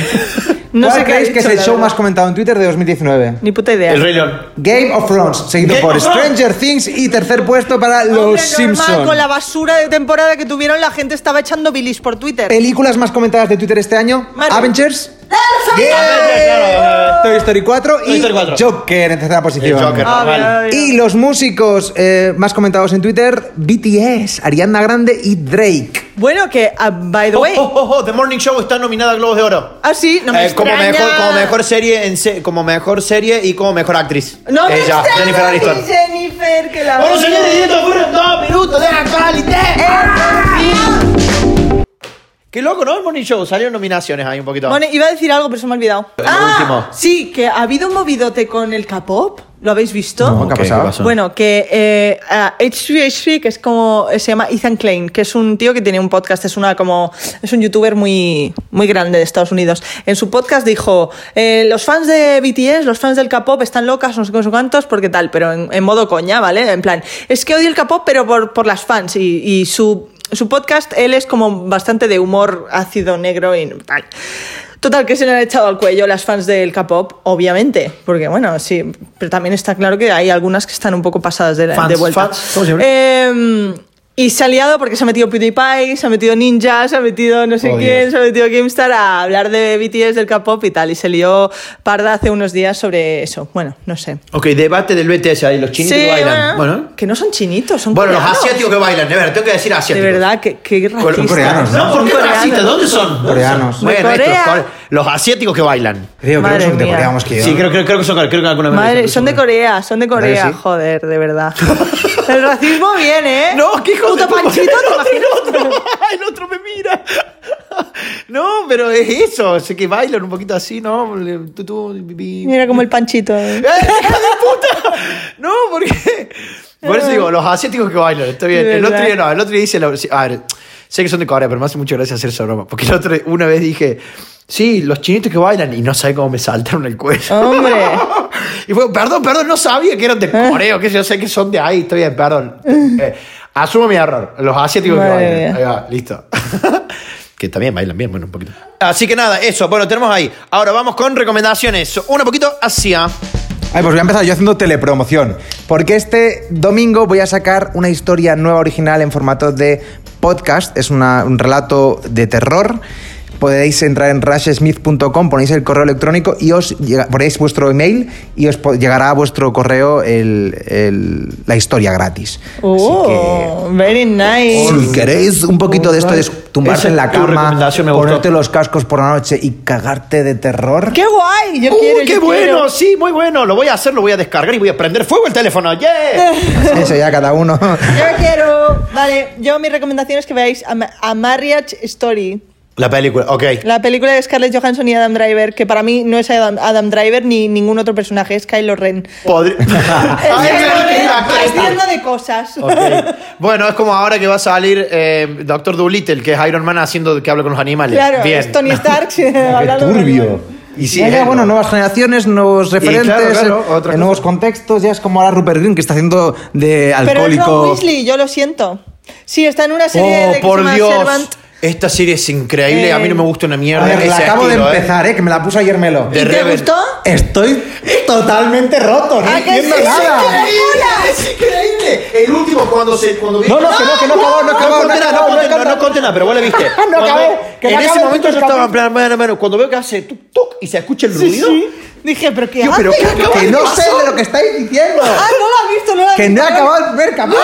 S1: No
S2: ¿Cuál
S1: sé qué ha
S2: creéis que es
S1: dicho,
S2: el
S1: la
S2: show
S1: verdad.
S2: más comentado en Twitter de 2019?
S1: Ni puta idea.
S3: El Rey León.
S2: Game of Thrones, seguido
S3: Game
S2: por
S3: of Thrones.
S2: Stranger Things y tercer puesto para Los
S1: Hombre, normal,
S2: Simpsons.
S1: con la basura de temporada que tuvieron, la gente estaba echando bilis por Twitter.
S2: Películas más comentadas de Twitter este año:
S1: Marvel.
S2: Avengers,
S1: lo
S3: ¡Eh!
S1: sabía!
S3: pues,
S2: Yeah. Toy Story 4 y
S3: Toy Story 4.
S2: Joker en tercera posición.
S3: Y Joker.
S1: Ah,
S3: Normal.
S1: mira, mira.
S2: Y los músicos eh, más comentados en Twitter, BTS, Ariana Grande y Drake.
S1: Bueno, que, ah, by the
S3: Oh,
S1: way.
S3: oh, oh, oh, The Morning Show está nominada a Globos de Oro.
S1: Ah, sí, no me
S3: Eh, como,
S1: extraña.
S3: mejor, como mejor serie en se- como mejor serie y como mejor actriz.
S1: No me
S3: Ella,
S1: extraña,
S3: Eh, Jennifer Aniston.
S1: Jennifer, que la. Eh,
S3: Bueno, señores, y esto fueron dos minutos de
S2: Eh.
S3: actualidad. Qué loco, ¿no? El Morning Show. Salieron nominaciones ahí un poquito.
S1: Bueno, iba a decir algo, pero se me ha olvidado.
S3: Lo
S1: ah,
S3: último.
S1: sí, que ha habido un movidote con el K-pop. ¿Lo habéis visto?
S2: No, ¿qué ha pasado?
S1: Bueno, que eh, ah, H3H3, que es como eh, se llama Ethan Klein, que es un tío que tiene un podcast, es una como es un youtuber muy muy grande de Estados Unidos. En su podcast dijo, eh, los fans de BTS, los fans del K-pop están locas, no sé qué, no sé cuántos, porque tal, pero en, en modo coña, ¿vale? En plan, es que odio el K-pop, pero por, por las fans y, y su su podcast él es como bastante de humor ácido negro y tal. Total, que se le han echado al cuello las fans del K-pop, obviamente. Porque, bueno, sí. Pero también está claro que hay algunas que están un poco pasadas de, la-
S3: Fans,
S1: de vuelta.
S3: fans, ¿cómo se llama?
S1: Eh, y se ha liado porque se ha metido PewDiePie, se ha metido Ninja, se ha metido no sé
S2: Oh,
S1: quién,
S2: Dios.
S1: se ha metido Kimstar a hablar de BTS, del K-pop y tal. Y se lió parda hace unos días sobre eso. Bueno, no sé.
S3: Ok, debate del BTS ahí, los chinitos
S1: Sí,
S3: que bailan.
S1: bueno,
S3: Bueno,
S1: Que no son chinitos, son
S3: bueno los
S1: coreanos.
S3: asiáticos que bailan, de verdad, tengo que decir
S1: De
S3: asiáticos.
S1: verdad, que, que
S3: Cor-
S1: racistas.
S2: coreanos,
S3: No, ¿por qué
S1: Son
S3: racistas?
S1: coreanos.
S3: ¿Dónde son?
S2: Coreanos.
S3: Bueno,
S1: De
S3: estos,
S1: Corea.
S3: core- los asiáticos que bailan.
S2: Creo, creo
S1: Madre
S2: que son de
S1: mía.
S2: Corea, vamos que
S3: Sí, creo, creo, creo que son creo que alguna vez
S1: Madre,
S3: lo
S1: son de Corea, son de Corea,
S2: ¿Verdad que sí?
S1: joder, de
S3: [laughs]
S1: verdad. El racismo viene, ¿eh?
S3: No, qué hijo
S1: Puta
S3: de tu-
S1: Panchito, ¿te
S3: [laughs] el otro, el
S1: imaginas?
S3: otro, el otro me mira. [laughs] No, pero es eso, sé que bailan un poquito así, ¿no? Le- Tú, tú, bi- bi-
S1: Mira como el Panchito. ¿eh?
S3: ¡Eh, hija de puta! No, porque. Por eso digo, los asiáticos que bailan, está bien.
S1: De
S3: El otro
S1: verdad.
S3: día no, el otro día dice. La, sí, a ver, sé que son de Corea, pero me hace mucha gracia hacer esa broma. Porque el otro, una vez dije, sí, los chinitos que bailan, y no sé cómo me saltaron el cuello.
S1: Hombre.
S3: [laughs]
S1: Ah.
S3: Y fue, perdón, perdón, no sabía que eran de Corea, que yo sé que son de ahí, estoy bien, perdón. Eh, asumo mi error, los asiáticos que
S1: Madre
S3: bailan.
S1: mía.
S3: Ahí va, listo. [laughs] que también bailan bien, bueno, un poquito. Así que nada, eso, bueno, tenemos ahí. Ahora vamos con recomendaciones. Una poquito hacia.
S2: Ay, pues voy a empezar yo haciendo telepromoción. Porque este domingo voy a sacar una historia nueva original en formato de podcast. Es una- un relato de terror. Podéis entrar en rushsmith.com, ponéis el correo electrónico y os llega- ponéis vuestro email y os po- llegará a vuestro correo el- el- la historia gratis. Así que-
S1: Oh, very nice.
S2: si queréis un poquito de esto de
S3: Oh. Esa
S2: tumbarte
S3: es
S2: en la
S3: tu
S2: cama,
S3: recomendación, me gustó.
S2: ponerte los cascos por la noche y cagarte de terror.
S1: ¡Qué guay! Yo
S3: ¡Uh,
S1: quiero,
S3: qué
S1: yo
S3: bueno!
S1: quiero.
S3: Sí, muy bueno. Lo voy a hacer, lo voy a descargar y voy a prender fuego el teléfono. ¡Yeah!
S2: Eso ya
S3: [laughs]
S2: cada uno.
S1: Yo quiero. Vale, yo mi recomendación es que veáis a, Ma- a Marriage Story.
S3: La película, ok.
S1: La película de Scarlett Johansson y Adam Driver, que para mí no es Adam, Adam Driver ni ningún otro personaje, es Kylo Ren.
S3: Podri- Ay,
S1: es Kylo
S3: me-
S1: Ren
S3: la cresta.
S1: haciendo de cosas.
S3: Ok. Bueno, es como ahora que va a salir eh, Doctor Dolittle, que es Iron Man haciendo que habla con los animales.
S1: Claro,
S3: Bien.
S1: es Tony Stark [laughs] hablando con-
S3: Y sí,
S2: ya, ya,
S3: es-
S2: bueno, nuevas generaciones, nuevos referentes,
S3: claro, claro,
S2: eh,
S3: otra cosa.
S2: nuevos contextos. Ya es como ahora Rupert Green que está haciendo
S1: Pero es
S2: de
S1: Ron
S2: alcohólico.
S1: Weasley, yo lo siento. Sí, está en una serie de
S3: Oh,
S1: que se
S3: por
S1: llama
S3: Dios.
S1: Servant.
S3: Esta serie es increíble. A mí no me gusta una
S2: A
S3: mierda.
S2: ver,
S3: ese
S2: la acabo
S3: estilo,
S2: de
S3: ¿eh?
S2: empezar, eh, que me la puso ayer Melo.
S3: De
S1: ¿Y te
S3: Rebel.
S1: gustó?
S2: Estoy totalmente roto, no
S1: ¿A que
S2: entiendo
S1: sí?
S2: nada.
S3: ¡Es increíble! El último cuando se. Cuando
S2: No, no, que no, que no acabó, no acabó,
S3: conté
S2: no
S3: nada,
S2: acabó,
S3: no conté
S2: no
S3: nada, no
S2: acabó.
S3: conté nada, pero vos la viste.
S2: [laughs] No
S3: Cuando-
S2: acabó, que
S3: En
S2: no
S3: ese
S2: acabó,
S3: momento yo
S2: que
S3: estaba
S2: acabó.
S3: en plan, mano, mano, cuando veo que hace tuk tuk y se escucha el ruido.
S1: Dije, pero ¿qué
S3: Yo,
S1: hace?
S3: pero ¿qué acabo
S2: Que
S3: de
S2: no sé
S3: pasar?
S2: de lo que estáis diciendo.
S1: [laughs] Ah, no lo has visto, no lo has
S2: Que no
S1: visto.
S2: ha acabado el primer capítulo.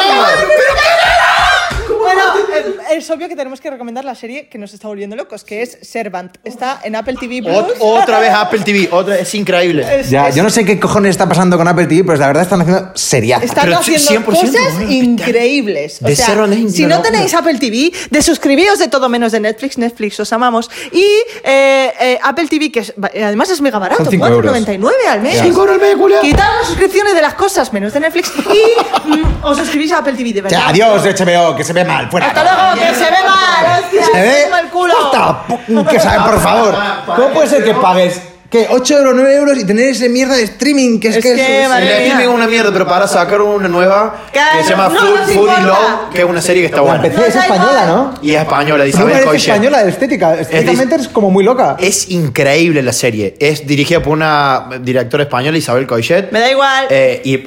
S1: Bueno, eh, es obvio que tenemos que recomendar la serie que nos está volviendo locos, que es Servant. Está en Apple TV Plus.
S3: Ot- otra vez Apple TV, otra, es increíble.
S1: [laughs] Es-
S2: Ya,
S1: es-
S2: yo no sé qué cojones está pasando con Apple TV, pero la verdad están haciendo seria.
S1: Están
S3: Pero sí,
S1: haciendo
S3: 100%,
S1: cosas
S3: bueno,
S1: increíbles. O
S3: De
S1: sea,
S3: Servant es
S1: si
S3: una
S1: no
S3: locura.
S1: tenéis Apple TV, desuscribíos de todo menos de Netflix. Netflix, os amamos. Y eh, eh, Apple TV, que es- además es mega barato,
S2: Son cinco euros.
S1: 4,99 al mes.
S2: Cinco
S3: euros al mes, Julia.
S1: Quitad las suscripciones de las cosas menos de Netflix y mm, os suscribís a Apple TV, de verdad.
S2: Ya, adiós, HBO, que se ve mal, fuera.
S1: Hasta luego, que se ve mal, hostia,
S2: Se ve
S1: como el culo.
S2: Hasta po- que sabe, por favor. ¿Cómo puede ser que pagues que 8 euros, 9 euros y tener ese mierda de streaming? Que es,
S1: Es
S2: que,
S1: que,
S2: es-
S1: madre
S3: La
S1: mía.
S3: streaming es una mierda, pero para sacar una nueva
S1: Claro,
S3: que se llama
S1: no,
S3: Food,
S1: no te
S3: Food y
S1: importa.
S3: Love, que es una serie que está
S2: La
S3: buena.
S2: PC es
S1: No, da
S2: española,
S1: igual.
S2: ¿no?
S3: Y es española, de
S2: No
S3: Isabel
S2: parece
S3: Coixet.
S2: española de estética. Estéticamente es Eh, como muy loca.
S3: Es increíble la serie. Es dirigida por una directora española, Isabel Coixet.
S1: Me da igual,
S3: Eh, y,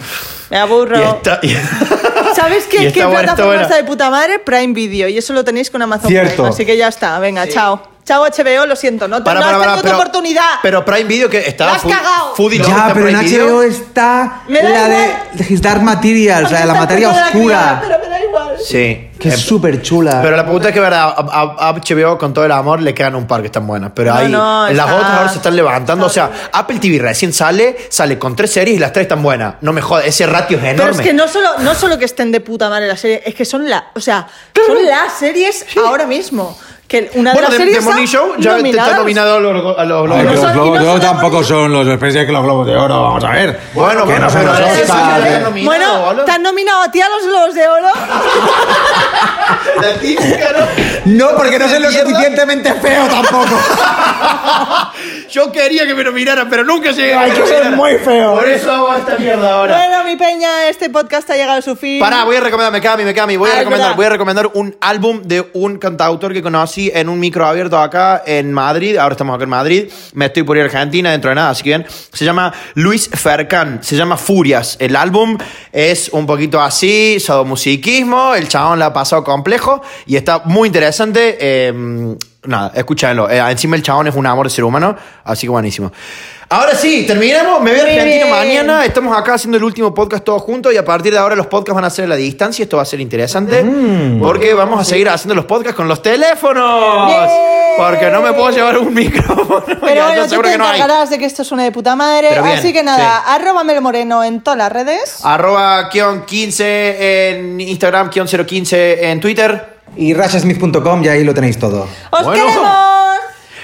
S1: me aburro.
S3: y está- y-
S1: [laughs] ¿Sabes
S3: y
S1: qué,
S3: está
S1: qué
S3: buena, está
S1: plataforma
S3: buena.
S1: está de puta madre? Prime Video. Y eso lo tenéis con Amazon
S2: Cierto.
S1: Prime. Así que ya está. Venga, chao. Chao HBO, lo siento, no, te,
S3: Para,
S1: no
S3: para,
S1: has
S3: para,
S1: tenido
S3: pero-
S1: tu oportunidad.
S3: Pero Prime Video que
S1: ¡La
S3: estaba
S1: has cagado!
S3: Foodie Loco
S2: ya,
S3: está
S2: pero en
S3: Prime Video.
S2: HBO está
S1: Me da
S2: la
S1: igual.
S2: de His Dark Materials, la de la
S1: Porque
S2: materia
S1: está haciendo la criada,
S2: oscura.
S1: Pero me da igual.
S3: Sí.
S2: Que es
S3: Eh,
S2: súper chula.
S3: Pero la pregunta es que, verdad, a, a- a HBO con todo el amor le quedan un par que están buenas. Pero
S1: No,
S3: ahí
S1: no,
S3: las
S1: está-
S3: otras ahora se están levantando. o sea, Apple TV recién sale, sale con tres series y las tres están buenas. No me jodas, ese ratio es enorme.
S1: Pero es que no solo, no solo que estén de puta madre las series, es que son la, o sea, son las series ahora mismo. Que una de
S3: bueno,
S1: las
S3: The-
S1: series
S3: The Morning
S1: están
S3: Show ya te-
S1: nominadas.
S3: está nominado a los, a los Globos
S1: Ay,
S3: de
S1: pero-
S3: Oro.
S1: son- y no son de Morning-
S2: son los especiales que los globos de oro, vamos a ver.
S3: Bueno,
S2: Que
S3: bueno,
S2: no son
S3: pero
S2: los
S3: eso sí
S2: Oscars,
S3: que
S2: eh.
S3: está nominado,
S1: Bueno,
S3: boludo.
S1: te han nominado a ti a los Globos de
S3: [laughs]
S1: Oro.
S3: La típica, ¿no?
S2: No, porque no soy lo
S3: Mierda.
S2: suficientemente feo tampoco.
S3: Yo quería que me nominaran, pero nunca llegué a
S2: [laughs] Hay
S3: me
S2: que ser
S3: nominaran.
S2: muy feo.
S3: Por eso hago esta mierda ahora.
S1: Bueno, mi peña, este podcast ha llegado a su fin.
S3: Pará, voy a recomendar, me queda a mí, me queda a mí. Voy
S1: Ah,
S3: a,
S1: es
S3: recomendar,
S1: verdad.
S3: voy a recomendar un álbum de un cantautor que conocí en un micro abierto acá en Madrid. Ahora estamos acá en Madrid. Me estoy por ir a Argentina dentro de nada, así que bien. Se llama Luis Fercán, se llama Furias. El álbum es un poquito así, sadomusiquismo. El chabón la ha pasado complejo y está muy interesante. Eh, nada, escúchalo. encima el chabón es un amor de ser humano, así que buenísimo. Ahora sí, terminamos. Me voy a
S1: Muy
S3: Argentina
S1: bien.
S3: mañana. Ah, Estamos acá haciendo el último podcast todos juntos y a partir de ahora los podcasts van a ser a la distancia. Esto va a ser interesante
S1: Mm.
S3: porque vamos a seguir haciendo los podcasts con los teléfonos.
S1: Bien.
S3: Porque no me puedo llevar un [laughs] micrófono.
S1: Pero
S3: Ya, yo
S1: bueno, tú
S3: seguro
S1: te
S3: que no hay.
S1: encargarás de que esto suene de puta madre.
S3: Pero bien, Ah,
S1: así que nada, arroba Melo Moreno en todas las redes.
S3: Arroba Kion 15 en Instagram, Kion 015 en Twitter.
S2: Y rashasmith.com y ahí lo tenéis todo.
S1: ¡Os
S3: bueno.
S1: queremos!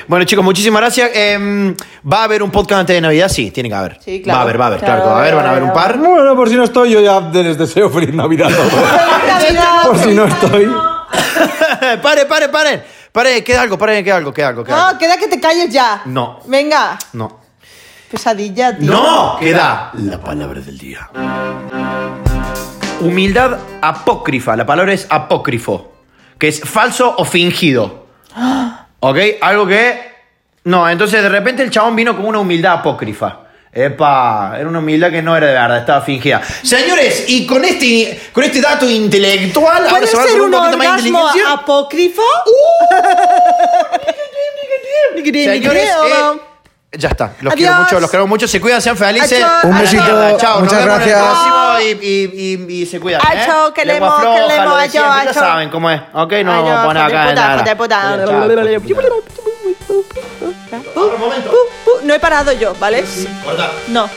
S3: Bueno, chicos, muchísimas gracias. Em, ¿Va a haber un podcast antes de Navidad? Sí, tiene que haber.
S1: Sí, claro.
S3: Va a haber, va a haber,
S1: Claro,
S3: claro. que va a haber, van a haber un
S1: claro.
S3: par.
S2: Bueno, por si no estoy, yo ya les deseo feliz Navidad. [laughs]
S1: ¡Feliz
S3: [laughs]
S1: Navidad!
S2: Por si no estoy.
S3: pare, pare, pare. Pare, queda algo, pare, queda algo, queda algo. Queda
S1: No,
S3: algo.
S1: queda que te calles ya.
S3: No.
S1: Venga,
S3: No.
S1: pesadilla, tío.
S3: No, queda la palabra del día. Humildad apócrifa. La palabra es apócrifo, que es falso o fingido. [gasps] ¿Ok? Algo que... No, entonces de repente el chabón vino con una humildad apócrifa. Epa, era una humildad que no era de verdad, estaba fingida. Señores, y con este, con este dato intelectual,
S1: ¿Puede
S3: ahora se va
S1: ser
S3: con
S1: un
S3: un poquito más de
S1: orgasmo
S3: inteligencia.
S1: apócrifo?
S3: Señores, eh, ya está. Los quiero
S1: Adiós.
S3: mucho, los quiero mucho. Se cuidan, sean felices.
S1: Adiós. Un
S3: A la
S1: besito.
S3: mierda. Chao.
S2: Muchas
S3: Nos vemos en el
S2: gracias.
S3: próximo y, y, y, y se cuidan. ¿eh?
S1: Acho, que
S3: Lengua
S1: lemo, que
S3: floja,
S1: lemo,
S3: lo de
S1: acho,
S3: siempre, Ya
S1: acho.
S3: saben cómo es. Ok, no vamos a poner acá en nada. Otro momento.
S1: No he parado yo, ¿vale?
S3: Corta.
S1: No.